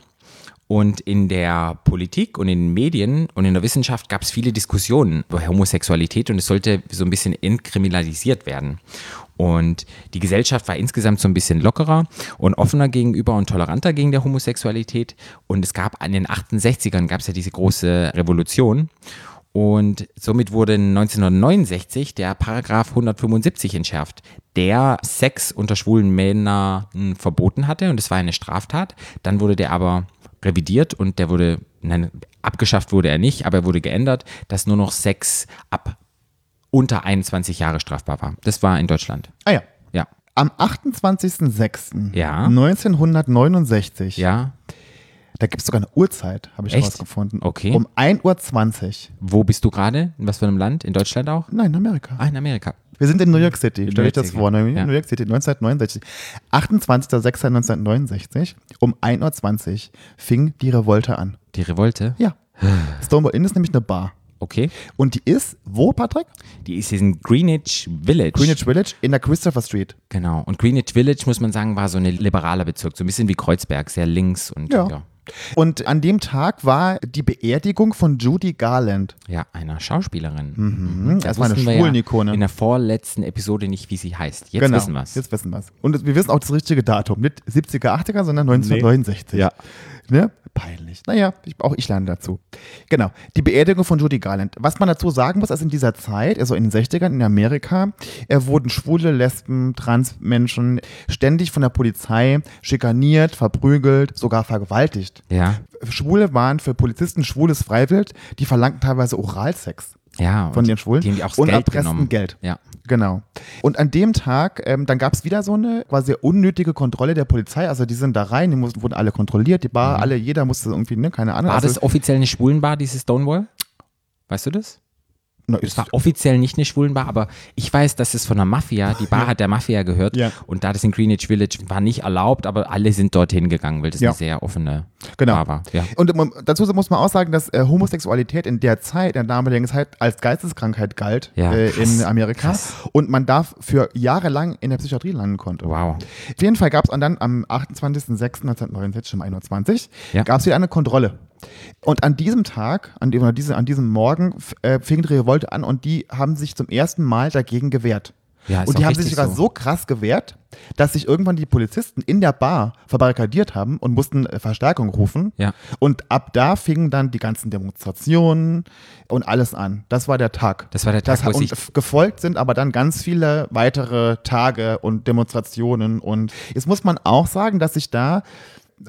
Speaker 2: Und in der Politik und in den Medien und in der Wissenschaft gab es viele Diskussionen über Homosexualität und es sollte so ein bisschen entkriminalisiert werden. Und die Gesellschaft war insgesamt so ein bisschen lockerer und offener gegenüber und toleranter gegen der Homosexualität. Und es gab an den 68ern gab es ja diese große Revolution. Und somit wurde 1969 der Paragraph 175 entschärft, der Sex unter schwulen Männern hm, verboten hatte und es war eine Straftat. Dann wurde der aber revidiert und der wurde, nein, abgeschafft wurde er nicht, aber er wurde geändert, dass nur noch Sex ab unter 21 Jahre strafbar war. Das war in Deutschland.
Speaker 1: Ah ja.
Speaker 2: Ja.
Speaker 1: Am 28.06.1969,
Speaker 2: Ja.
Speaker 1: 1969,
Speaker 2: Ja.
Speaker 1: da gibt es sogar eine Uhrzeit, habe ich
Speaker 2: Echt?
Speaker 1: rausgefunden.
Speaker 2: Okay.
Speaker 1: Um 1.20 Uhr.
Speaker 2: Wo bist du gerade? In was für einem Land? In Deutschland auch?
Speaker 1: Nein, in Amerika.
Speaker 2: Ah, in Amerika.
Speaker 1: Wir sind in New York City, stell
Speaker 2: New
Speaker 1: euch das
Speaker 2: York
Speaker 1: vor.
Speaker 2: City,
Speaker 1: New
Speaker 2: ja.
Speaker 1: New York City, 1969. 28.06.1969, um 1.20 Uhr fing die Revolte an.
Speaker 2: Die Revolte? [SIGHS]
Speaker 1: Ja. Stonewall Inn ist nämlich eine Bar.
Speaker 2: Okay.
Speaker 1: Und die ist, wo, Patrick?
Speaker 2: Die ist in Greenwich Village.
Speaker 1: Greenwich Village in der Christopher Street.
Speaker 2: Genau. Und Greenwich Village, muss man sagen, war so ein liberaler Bezirk. So ein bisschen wie Kreuzberg, sehr links und
Speaker 1: Ja.
Speaker 2: ja,
Speaker 1: Und an dem Tag war die Beerdigung von Judy Garland.
Speaker 2: ja, einer Schauspielerin. Da
Speaker 1: das war Mhm. eine
Speaker 2: wussten wir
Speaker 1: Schwulenikone. Genau.
Speaker 2: In der vorletzten Episode nicht, wie sie heißt. Jetzt wissen wir es.
Speaker 1: Jetzt wissen wir es. Und wir wissen auch das richtige Datum. Nicht 70er, 80er, sondern 1969.
Speaker 2: Ja.
Speaker 1: Ne? Peinlich. Naja, ich, auch ich lerne dazu. Genau. Die Beerdigung von Judy Garland. Was man dazu sagen muss, ist in dieser Zeit, also in den 60ern in Amerika, äh, wurden Schwule, Lesben, Transmenschen ständig von der Polizei schikaniert, verprügelt, sogar vergewaltigt.
Speaker 2: Ja,
Speaker 1: Schwule waren für Polizisten schwules Freiwild, die verlangten teilweise Oralsex.
Speaker 2: ja.
Speaker 1: Von
Speaker 2: und
Speaker 1: den Schwulen?
Speaker 2: Die haben die auch das
Speaker 1: Und
Speaker 2: Geld
Speaker 1: erpressten
Speaker 2: genommen.
Speaker 1: Geld.
Speaker 2: Ja.
Speaker 1: Genau. Und an dem Tag, ähm, dann gab es wieder so eine quasi unnötige Kontrolle der Polizei. Also die sind da rein, die mussten, wurden alle kontrolliert, die Bar, alle, jeder musste irgendwie, ne, keine Ahnung.
Speaker 2: Mhm. War
Speaker 1: also,
Speaker 2: das offiziell eine Schwulenbar, diese Stonewall? Weißt du das?
Speaker 1: Na,
Speaker 2: Es war offiziell nicht eine Schwulenbar, aber ich weiß, dass es von der Mafia, die Bar hat der Mafia gehört.
Speaker 1: Ja.
Speaker 2: Und da das in Greenwich Village war nicht erlaubt, aber alle sind dorthin gegangen, weil das
Speaker 1: Ja.
Speaker 2: eine sehr offene
Speaker 1: Genau.
Speaker 2: Bar war. Ja.
Speaker 1: Und man- dazu muss man auch sagen, dass äh, Homosexualität in der Zeit, in der damaligen Zeit, als Geisteskrankheit galt
Speaker 2: Ja,
Speaker 1: äh,
Speaker 2: krass,
Speaker 1: in Amerika.
Speaker 2: krass.
Speaker 1: Und man darf für jahrelang in der Psychiatrie landen konnte.
Speaker 2: Wow.
Speaker 1: Auf jeden Fall gab es dann am 28.06.1969 um 21
Speaker 2: Ja.
Speaker 1: gab es wieder eine Kontrolle. Und an diesem Tag, an dem, an diesem, an diesem Morgen, f- äh, fing die Revolte an und die haben sich zum ersten Mal dagegen gewehrt.
Speaker 2: Ja, ist
Speaker 1: und
Speaker 2: auch
Speaker 1: die haben sich
Speaker 2: richtig
Speaker 1: sogar
Speaker 2: so.
Speaker 1: so. krass gewehrt, dass sich irgendwann die Polizisten in der Bar verbarrikadiert haben und mussten äh, Verstärkung rufen.
Speaker 2: Ja.
Speaker 1: Und ab da fingen dann die ganzen Demonstrationen und alles an. Das war der Tag.
Speaker 2: Das war der Tag,
Speaker 1: das,
Speaker 2: wo
Speaker 1: und
Speaker 2: sich-
Speaker 1: f- gefolgt sind aber dann ganz viele weitere Tage und Demonstrationen. Und jetzt muss man auch sagen, dass sich da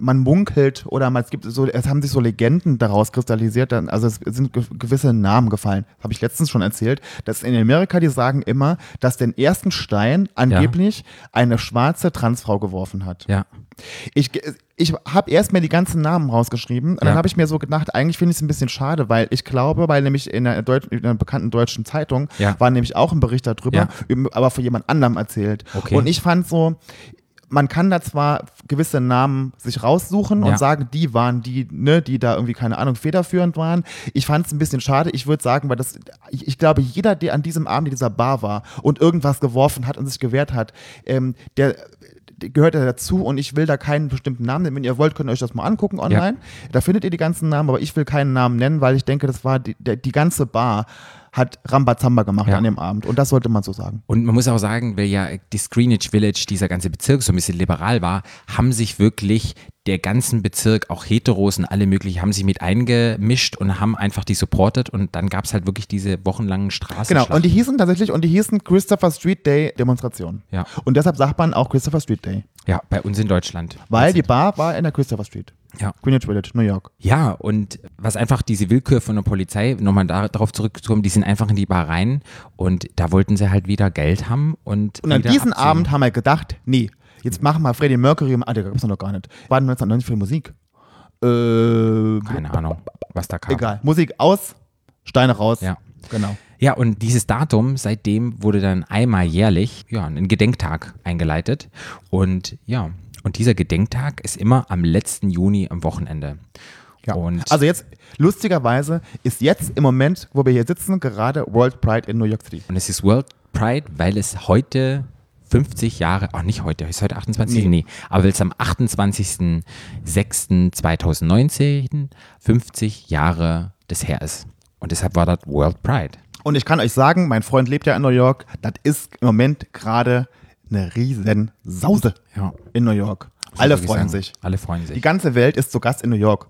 Speaker 1: man munkelt oder man, es gibt so, es haben sich so Legenden daraus kristallisiert, dann, also es sind ge- gewisse Namen gefallen, habe ich letztens schon erzählt, dass in Amerika die sagen immer, dass den ersten Stein angeblich eine schwarze Transfrau geworfen hat.
Speaker 2: Ja.
Speaker 1: Ich, ge- ich habe erst mir die ganzen Namen rausgeschrieben und
Speaker 2: Ja.
Speaker 1: dann habe ich mir so gedacht, eigentlich finde ich es ein bisschen schade, weil ich glaube, weil nämlich in einer, Deut in einer bekannten deutschen Zeitung
Speaker 2: Ja.
Speaker 1: war nämlich auch ein Bericht darüber,
Speaker 2: Ja.
Speaker 1: üb- aber von jemand anderem erzählt.
Speaker 2: Okay.
Speaker 1: Und ich fand so, man kann da zwar gewisse Namen sich raussuchen
Speaker 2: Ja.
Speaker 1: und sagen, die waren die, ne, die da irgendwie, keine Ahnung, federführend waren. Ich fand es ein bisschen schade. Ich würde sagen, weil das, ich, ich glaube, jeder, der an diesem Abend in dieser Bar war und irgendwas geworfen hat und sich gewehrt hat, ähm, der, der gehört ja dazu und ich will da keinen bestimmten Namen nennen. Wenn ihr wollt, könnt ihr euch das mal angucken online. Da findet ihr die ganzen Namen, aber ich will keinen Namen nennen, weil ich denke, das war die, der, die ganze Bar hat Rambazamba gemacht
Speaker 2: Ja.
Speaker 1: an dem Abend und das sollte man so sagen.
Speaker 2: Und man muss auch sagen, weil ja das Greenwich Village, dieser ganze Bezirk so ein bisschen liberal war, haben sich wirklich der ganzen Bezirk, auch Heteros und alle möglichen, haben sich mit eingemischt und haben einfach die supportet und dann gab es halt wirklich diese wochenlangen Straßen.
Speaker 1: Genau, und die hießen tatsächlich, und die hießen Christopher Street Day Demonstration.
Speaker 2: Ja. Und
Speaker 1: Und deshalb sagt man auch Christopher Street Day,
Speaker 2: ja, bei uns in Deutschland.
Speaker 1: weil die Bar war in der Christopher Street.
Speaker 2: Ja.
Speaker 1: Greenwich Village, New York.
Speaker 2: Ja, und was einfach diese Willkür von der Polizei, nochmal da, darauf zurückzukommen, die sind einfach in die Bar rein und da wollten sie halt wieder Geld haben und.
Speaker 1: Und an
Speaker 2: wieder
Speaker 1: diesem
Speaker 2: absehen.
Speaker 1: Abend haben wir gedacht, nee, jetzt machen wir Freddie Mercury im Ah, der gab's noch gar nicht. War 1990 für Musik. Äh,
Speaker 2: Keine Ahnung, was da kam.
Speaker 1: egal. Musik aus, Steine raus.
Speaker 2: Ja.
Speaker 1: Genau.
Speaker 2: Ja, und dieses Datum, seitdem wurde dann einmal jährlich ja, ein Gedenktag eingeleitet. Und ja, und dieser Gedenktag ist immer am letzten Juni am Wochenende.
Speaker 1: Ja.
Speaker 2: Und
Speaker 1: also jetzt, lustigerweise ist jetzt im Moment, wo wir hier sitzen, gerade World Pride in New York City.
Speaker 2: Und es ist World Pride, weil es heute 50 Jahre, ach nicht heute, ist heute 28? Nee, aber weil es am 28.06.2019 50 Jahre das her ist. Und deshalb war das World Pride.
Speaker 1: Und ich kann euch sagen, mein Freund lebt ja in New York. Das ist im Moment gerade eine riesen Sause
Speaker 2: Ja.
Speaker 1: in New York.
Speaker 2: Muss
Speaker 1: Alle
Speaker 2: man wirklich
Speaker 1: freuen
Speaker 2: sagen.
Speaker 1: sich.
Speaker 2: Alle freuen sich.
Speaker 1: Die ganze Welt ist zu Gast in New York.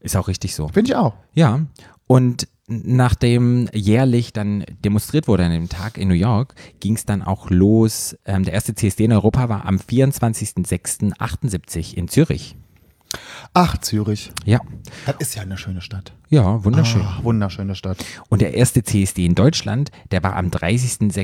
Speaker 2: Ist auch richtig so.
Speaker 1: Finde ich auch.
Speaker 2: Ja, und nachdem jährlich dann demonstriert wurde an dem Tag in New York, ging es dann auch los. Ähm, der erste CSD in Europa war am 24.06.78 in Zürich.
Speaker 1: Ach, Zürich.
Speaker 2: Ja,
Speaker 1: Das ist ja eine schöne Stadt.
Speaker 2: ja, wunderschön.
Speaker 1: Ah, wunderschöne Stadt.
Speaker 2: Und der erste CSD in Deutschland, der war am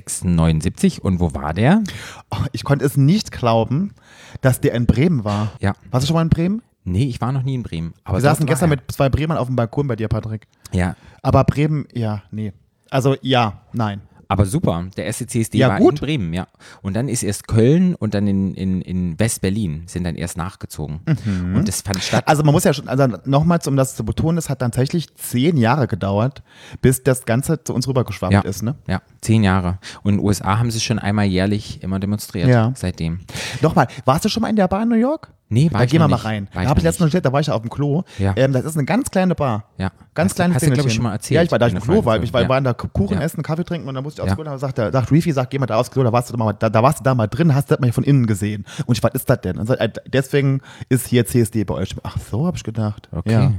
Speaker 2: 30.06.79. Und wo war der?
Speaker 1: Oh, ich konnte es nicht glauben, dass der in Bremen war.
Speaker 2: Ja.
Speaker 1: Warst du schon mal in Bremen?
Speaker 2: Nee, ich war noch nie in Bremen. Aber
Speaker 1: Wir
Speaker 2: dort
Speaker 1: saßen
Speaker 2: war
Speaker 1: gestern
Speaker 2: er.
Speaker 1: mit zwei Bremern auf dem Balkon bei dir, Patrick.
Speaker 2: Ja,
Speaker 1: Aber Bremen, ja, nee. Also ja, nein.
Speaker 2: aber super. Der erste CSD
Speaker 1: Ja,
Speaker 2: war
Speaker 1: gut.
Speaker 2: in Bremen, ja. Und dann ist erst Köln und dann in, in, in West-Berlin sind dann erst nachgezogen.
Speaker 1: Mhm.
Speaker 2: Und das fand statt.
Speaker 1: Also man muss ja schon, also nochmals, um das zu betonen, es hat dann tatsächlich zehn Jahre gedauert, bis das Ganze zu uns rübergeschwappt
Speaker 2: ja,
Speaker 1: ist, ne?
Speaker 2: ja, zehn Jahre. Und in den USA haben sie schon einmal jährlich immer demonstriert.
Speaker 1: Ja.
Speaker 2: Seitdem.
Speaker 1: Nochmal, warst du schon mal in der Bar in New York?
Speaker 2: Nee, war
Speaker 1: da
Speaker 2: ich
Speaker 1: gehen
Speaker 2: noch
Speaker 1: wir mal
Speaker 2: nicht.
Speaker 1: rein.
Speaker 2: War
Speaker 1: da
Speaker 2: ich
Speaker 1: habe
Speaker 2: noch
Speaker 1: ich letztens
Speaker 2: nicht.
Speaker 1: noch gestellt, da war ich ja auf dem Klo.
Speaker 2: Ja.
Speaker 1: Ähm, das ist eine ganz kleine Bar.
Speaker 2: Ja.
Speaker 1: Ganz
Speaker 2: Hast-
Speaker 1: kleines
Speaker 2: hast du, glaub ich,
Speaker 1: Pingelchen.
Speaker 2: schon mal erzählt,
Speaker 1: Ja, ich war da auf
Speaker 2: wenn
Speaker 1: dem
Speaker 2: du
Speaker 1: Klo,
Speaker 2: vorhin
Speaker 1: weil ich war,
Speaker 2: so-
Speaker 1: war da Kuchen
Speaker 2: Ja.
Speaker 1: essen, Kaffee trinken und dann musste ich aufs
Speaker 2: Ja.
Speaker 1: Klo. Da sagt, der- sagt Reefy, sagt, geh mal da aufs Klo, da warst du mal, da, da warst du da mal drin, hast das mal von innen gesehen. Und ich, was ist das denn? Und sagt, äh, deswegen ist hier CSD bei euch. Ach so, habe ich gedacht.
Speaker 2: Okay.
Speaker 1: Ja.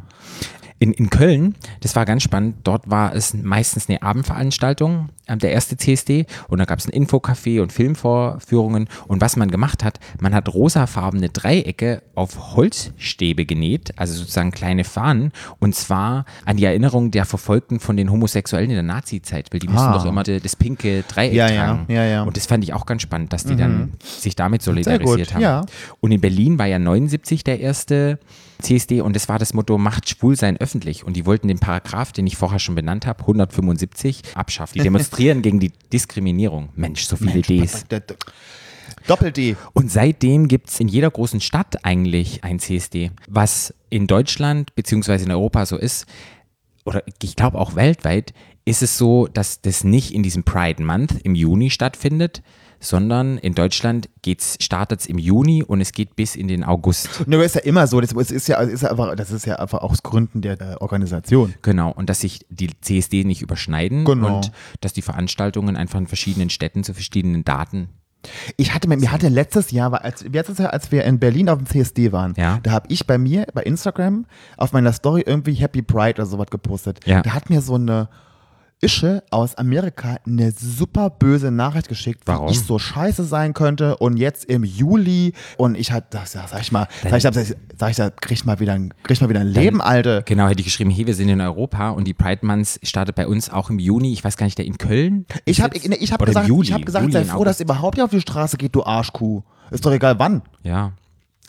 Speaker 2: In, in Köln, das war ganz spannend, dort war es meistens eine Abendveranstaltung, ähm, der erste CSD, und da gab es ein Infocafé und Filmvorführungen. Und was man gemacht hat, man hat rosafarbene Dreiecke auf Holzstäbe genäht, also sozusagen kleine Fahnen, und zwar an die Erinnerung der Verfolgten von den Homosexuellen in der Nazi-Zeit, weil die mussten
Speaker 1: Ah.
Speaker 2: doch immer de, das pinke Dreieck
Speaker 1: Ja, ja,
Speaker 2: tragen.
Speaker 1: ja, ja. Mhm.
Speaker 2: Und das fand ich auch ganz spannend, dass die dann sich damit solidarisiert
Speaker 1: gut,
Speaker 2: haben.
Speaker 1: ja.
Speaker 2: Und in Berlin war ja 79 der erste CSD und das war das Motto Macht schwul sein öffentlich und die wollten den Paragraph, den ich vorher schon benannt habe, 175, abschaffen. Die demonstrieren gegen die Diskriminierung. Mensch, so viele Ds.
Speaker 1: Doppel-D.
Speaker 2: Und seitdem gibt es in jeder großen Stadt eigentlich ein CSD. Was in Deutschland beziehungsweise in Europa so ist, oder ich glaube auch weltweit, ist es so, dass das nicht in diesem Pride Month im Juni stattfindet, sondern in Deutschland startet es im Juni und es geht bis in den August.
Speaker 1: Nö, ist ja immer so. Das ist ist ja, ist ja einfach, das ist ja einfach aus Gründen der äh, Organisation.
Speaker 2: Genau, und dass sich die CSD nicht überschneiden
Speaker 1: Genau.
Speaker 2: und dass die Veranstaltungen einfach in verschiedenen Städten zu verschiedenen Daten
Speaker 1: Ich hatte, mir hatte letztes Jahr, war als, letztes Jahr, als wir in Berlin auf dem CSD waren,
Speaker 2: Ja.
Speaker 1: da habe ich bei mir bei Instagram auf meiner Story irgendwie Happy Pride oder sowas gepostet.
Speaker 2: Ja.
Speaker 1: Da hat mir so eine Ische aus Amerika eine super böse Nachricht geschickt,
Speaker 2: Warum?
Speaker 1: wie ich so scheiße sein könnte und jetzt im Juli und ich hatte, das, das, sag ich mal, sag ich, da- sag ich da, krieg ich mal wieder ein, krieg ich mal wieder ein Leben, Alte.
Speaker 2: Genau, hätte ich geschrieben, hey, wir sind in Europa und die Pride Month startet bei uns auch im Juni. Ich weiß gar nicht, der in Köln?
Speaker 1: Ich habe
Speaker 2: Ist
Speaker 1: ich, ich hab
Speaker 2: Oder im
Speaker 1: gesagt,
Speaker 2: Juli,
Speaker 1: ich hab gesagt
Speaker 2: Juli
Speaker 1: sei
Speaker 2: in
Speaker 1: froh, dass
Speaker 2: August.
Speaker 1: ihr überhaupt nicht auf die Straße geht, du Arschkuh. Ist doch egal wann.
Speaker 2: Ja.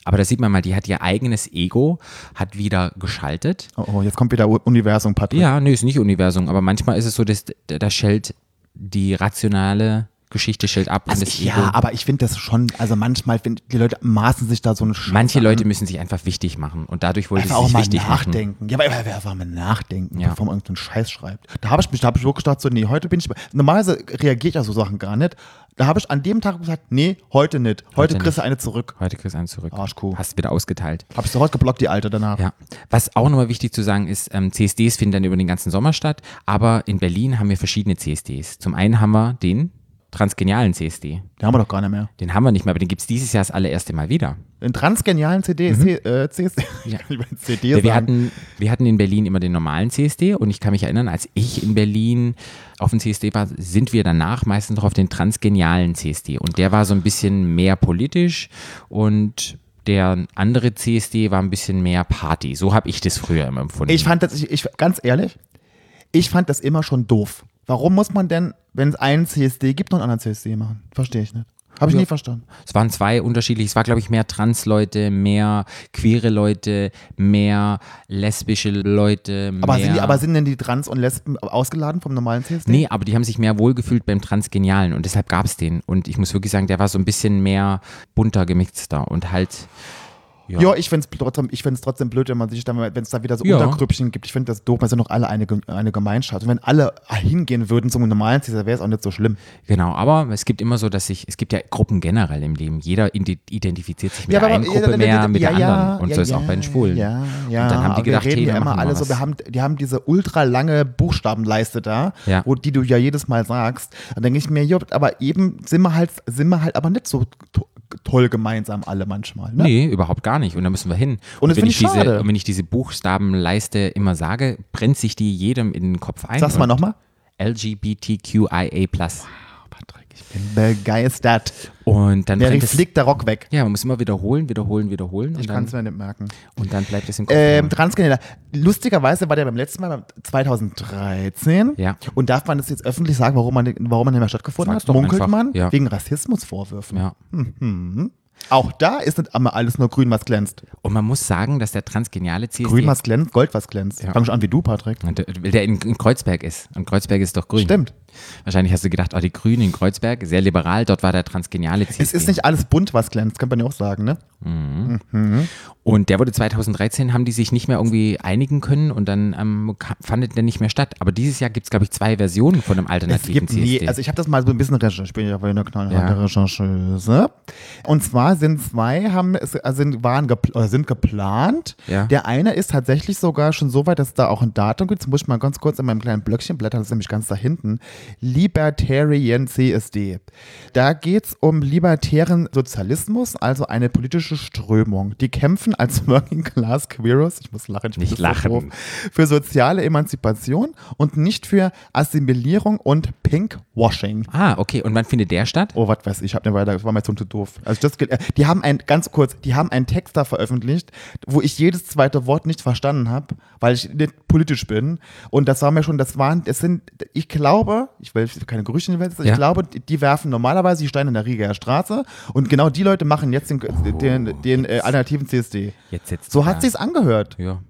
Speaker 2: Aber da sieht man mal, die hat ihr eigenes Ego, hat wieder geschaltet.
Speaker 1: Oh, oh jetzt kommt wieder Universum, Patrick.
Speaker 2: Ja, nee, ist nicht Universum, aber manchmal ist es so, dass da schellt die rationale Geschichte schellt ab
Speaker 1: Also
Speaker 2: und das
Speaker 1: ich, ja,
Speaker 2: Ego.
Speaker 1: aber ich finde das schon, also manchmal find, die Leute maßen sich da so eine Scheiße
Speaker 2: Manche
Speaker 1: an.
Speaker 2: Leute müssen sich einfach wichtig machen und dadurch wollte sie
Speaker 1: einfach auch
Speaker 2: sich
Speaker 1: mal
Speaker 2: wichtig machen.
Speaker 1: nachdenken. Ja, aber aber- aber einfach mal nachdenken,
Speaker 2: Ja.
Speaker 1: bevor man irgendeinen Scheiß schreibt. Da habe ich mich, da habe ich wirklich gedacht, so, nee, heute bin ich. Normalerweise reagiere ich auf so Sachen gar nicht. Da habe ich an dem Tag gesagt, nee, heute nicht. Heute,
Speaker 2: Heute
Speaker 1: kriegst du eine zurück.
Speaker 2: Heute kriegst du einen zurück.
Speaker 1: Arschkuh.
Speaker 2: Hast wieder ausgeteilt.
Speaker 1: Habe ich sofort geblockt, die Alte danach.
Speaker 2: Ja, was auch nochmal wichtig zu sagen ist, ähm, CSDs finden dann über den ganzen Sommer statt, aber in Berlin haben wir verschiedene CSDs. Zum einen haben wir den transgenialen CSD.
Speaker 1: Den haben wir doch gar nicht mehr.
Speaker 2: Den haben wir nicht mehr, aber den gibt's dieses Jahr das allererste Mal wieder.
Speaker 1: In transgenialen CD, C, äh, CS,
Speaker 2: Ja.
Speaker 1: [LAUGHS] ich mein, CD
Speaker 2: wir,
Speaker 1: sagen.
Speaker 2: hatten, wir hatten in Berlin immer den normalen CSD und ich kann mich erinnern, als ich in Berlin auf dem CSD war, sind wir danach meistens noch auf den transgenialen CSD und der war so ein bisschen mehr politisch und der andere CSD war ein bisschen mehr Party. So habe ich das früher immer empfunden.
Speaker 1: Ich fand das, ich, ich, ganz ehrlich, ich fand das immer schon doof. Warum muss man denn, wenn es einen CSD gibt, noch einen anderen CSD machen? Verstehe ich nicht. Habe ich
Speaker 2: Ja.
Speaker 1: nie verstanden.
Speaker 2: Es waren zwei unterschiedliche. Es war, glaube ich, mehr Trans-Leute, mehr queere Leute, mehr lesbische Leute.
Speaker 1: Aber,
Speaker 2: mehr
Speaker 1: sind, die, aber sind denn die Trans und Lesben ausgeladen vom normalen CSD?
Speaker 2: Nee, aber die haben sich mehr wohlgefühlt beim Transgenialen und deshalb gab es den. Und ich muss wirklich sagen, der war so ein bisschen mehr bunter gemixter und halt. Ja.
Speaker 1: Ja, ich finde es trotzdem, ich find's trotzdem blöd, wenn man sich dann, wenn es da wieder so
Speaker 2: Ja.
Speaker 1: Untergrüppchen gibt. Ich finde das doof, weil es sind doch alle eine, Ge- eine Gemeinschaft. Und wenn alle hingehen würden zum normalen CSD, wäre es auch nicht so schlimm.
Speaker 2: Genau, aber es gibt immer so, dass sich, es gibt ja Gruppen generell im Leben. Jeder ide- identifiziert sich mit
Speaker 1: Ja,
Speaker 2: der
Speaker 1: aber-
Speaker 2: einen Gruppe
Speaker 1: ja,
Speaker 2: mehr, mit
Speaker 1: ja,
Speaker 2: der
Speaker 1: ja,
Speaker 2: anderen. Und
Speaker 1: ja,
Speaker 2: so ist
Speaker 1: ja,
Speaker 2: auch bei den Schwulen.
Speaker 1: Ja, ja.
Speaker 2: und dann haben die
Speaker 1: aber
Speaker 2: gedacht,
Speaker 1: wir reden
Speaker 2: hey, wir
Speaker 1: ja immer
Speaker 2: machen
Speaker 1: alle
Speaker 2: mal
Speaker 1: so,
Speaker 2: was.
Speaker 1: wir haben, die haben diese ultra lange Buchstabenleiste da,
Speaker 2: Ja.
Speaker 1: wo die du ja jedes Mal sagst. Dann denke ich mir, ja, aber eben sind wir halt, sind wir halt aber nicht so to toll gemeinsam alle manchmal. Ne?
Speaker 2: Nee, überhaupt gar nicht. Und da müssen wir hin.
Speaker 1: Und das
Speaker 2: wenn
Speaker 1: find ich schade.
Speaker 2: diese, und wenn ich diese Buchstabenleiste immer sage, brennt sich die jedem in den Kopf ein.
Speaker 1: Sag's mal
Speaker 2: Und
Speaker 1: nochmal.
Speaker 2: LGBTQIA+.
Speaker 1: Patrick, ich bin begeistert.
Speaker 2: Und dann
Speaker 1: Der
Speaker 2: brennt
Speaker 1: Rief
Speaker 2: es.
Speaker 1: fliegt der Rock weg.
Speaker 2: Ja, man muss immer wiederholen, wiederholen, wiederholen. Und
Speaker 1: Ich kann
Speaker 2: dann,
Speaker 1: es mir nicht merken.
Speaker 2: und dann bleibt es im Kopf.
Speaker 1: Ähm,
Speaker 2: hängen.
Speaker 1: Transgender. Lustigerweise war der beim letzten Mal beim 2013.
Speaker 2: Ja.
Speaker 1: Und darf man das jetzt öffentlich sagen, warum man, warum man nicht mehr stattgefunden
Speaker 2: Sag's
Speaker 1: hat?
Speaker 2: doch
Speaker 1: Munkelt
Speaker 2: einfach,
Speaker 1: man?
Speaker 2: ja.
Speaker 1: Wegen Rassismusvorwürfen.
Speaker 2: ja.
Speaker 1: Auch da ist nicht immer alles nur grün, was glänzt.
Speaker 2: Und man muss sagen, dass der transgeniale CSD,
Speaker 1: Grün, was glänzt, Gold, was glänzt.
Speaker 2: Ja.
Speaker 1: Fang schon an wie du, Patrick.
Speaker 2: Und der, der in, in Kreuzberg ist. Und Kreuzberg ist doch grün.
Speaker 1: Stimmt.
Speaker 2: Wahrscheinlich hast du gedacht, oh, die Grünen in Kreuzberg, sehr liberal, dort war der transgeniale CSD.
Speaker 1: Es ist nicht alles bunt, was glänzt, könnte man ja auch sagen, ne?
Speaker 2: Und der wurde 2013, haben die sich nicht mehr irgendwie einigen können und dann ähm, ka- fandet der nicht mehr statt. Aber dieses Jahr gibt es, glaube ich, zwei Versionen von einem
Speaker 1: Es
Speaker 2: alternativen
Speaker 1: gibt
Speaker 2: CSD.
Speaker 1: nie, also ich habe das mal so ein bisschen recherchiert, ich bin ja bei einer knallharten
Speaker 2: Ja.
Speaker 1: Rechercheuse. Und zwar sind zwei, haben, es- also sind, waren gepl oder sind geplant.
Speaker 2: Ja.
Speaker 1: Der eine ist tatsächlich sogar schon so weit, dass da auch ein Datum gibt. Jetzt muss ich mal ganz kurz in meinem kleinen Blöckchen blättern, das ist nämlich ganz da hinten. Libertarian CSD. Da geht es um libertären Sozialismus, also eine politische Strömung. Die kämpfen als [LAUGHS] Working Class Queeros, ich muss lachen, ich bin so
Speaker 2: Nicht
Speaker 1: doof.
Speaker 2: lachen.
Speaker 1: Für soziale Emanzipation und nicht für Assimilierung und Pinkwashing.
Speaker 2: ah, okay. Und wann findet der statt?
Speaker 1: Oh, was weiß ich, ich habe eine weiter, das war mir zum zu doof. Also das, gel- äh, die haben ein, ganz kurz, die haben einen Text da veröffentlicht, wo ich jedes zweite Wort nicht verstanden habe, weil ich nicht politisch bin. Und das war mir schon, das waren, das sind, ich glaube, ich will keine Gerüchte in die Welt setzen,
Speaker 2: Ja.
Speaker 1: ich glaube, die, die werfen normalerweise die Steine in der Rieger Straße und genau die Leute machen jetzt den, den, den, äh, alternativen CSD.
Speaker 2: Jetzt sitzt
Speaker 1: So
Speaker 2: er
Speaker 1: hat
Speaker 2: da.
Speaker 1: sich's angehört.
Speaker 2: Ja.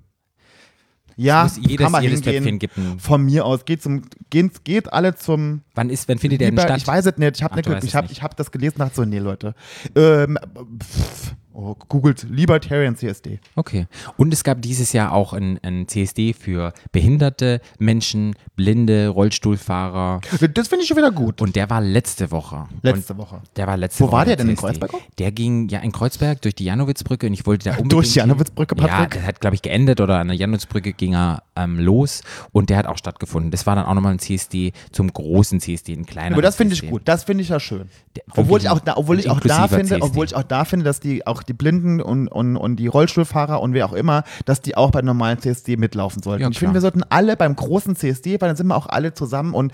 Speaker 1: Ja,
Speaker 2: muss jedes-
Speaker 1: kann man
Speaker 2: jedes
Speaker 1: hingehen.
Speaker 2: Töpfchen gibt ein-
Speaker 1: Von mir aus. Geht, zum, geht, geht alle zum
Speaker 2: Wann ist, wann findet der denn
Speaker 1: Lieber-
Speaker 2: statt?
Speaker 1: Ich weiß es nicht. Ich
Speaker 2: Ach,
Speaker 1: habe
Speaker 2: du weißt
Speaker 1: ich
Speaker 2: es
Speaker 1: hab,
Speaker 2: nicht.
Speaker 1: ich hab das gelesen nach so, nee, Leute. Ähm, pff, oh, googelt Libertarian CSD.
Speaker 2: Okay. Und es gab dieses Jahr auch ein, ein CSD für behinderte Menschen, Blinde, Rollstuhlfahrer.
Speaker 1: Das finde ich schon wieder gut.
Speaker 2: Und der war letzte Woche.
Speaker 1: Letzte
Speaker 2: und
Speaker 1: Woche.
Speaker 2: Der war letzte
Speaker 1: Wo
Speaker 2: Woche.
Speaker 1: war der denn? In
Speaker 2: CSD.
Speaker 1: Kreuzberg auch?
Speaker 2: Der ging ja in Kreuzberg durch die Janowitzbrücke und ich wollte da unbedingt.
Speaker 1: Durch die Janowitzbrücke,
Speaker 2: hin. Ja,
Speaker 1: Patrick?
Speaker 2: das hat, glaube ich, geendet oder an der Janowitzbrücke ging er ähm, los und der hat auch stattgefunden. Das war dann auch nochmal ein CSD zum großen CSD, ein kleiner.
Speaker 1: Aber das finde ich gut, das finde ich ja schön. Obwohl ich auch da, obwohl ich auch da
Speaker 2: inklusiver
Speaker 1: finde,
Speaker 2: CSD.
Speaker 1: obwohl ich auch da finde, dass die auch die Blinden und, und, und die Rollstuhlfahrer und wer auch immer, dass die auch bei normalen CSD mitlaufen sollten.
Speaker 2: Ja,
Speaker 1: ich
Speaker 2: klar.
Speaker 1: finde, wir sollten alle beim großen CSD, weil dann sind wir auch alle zusammen und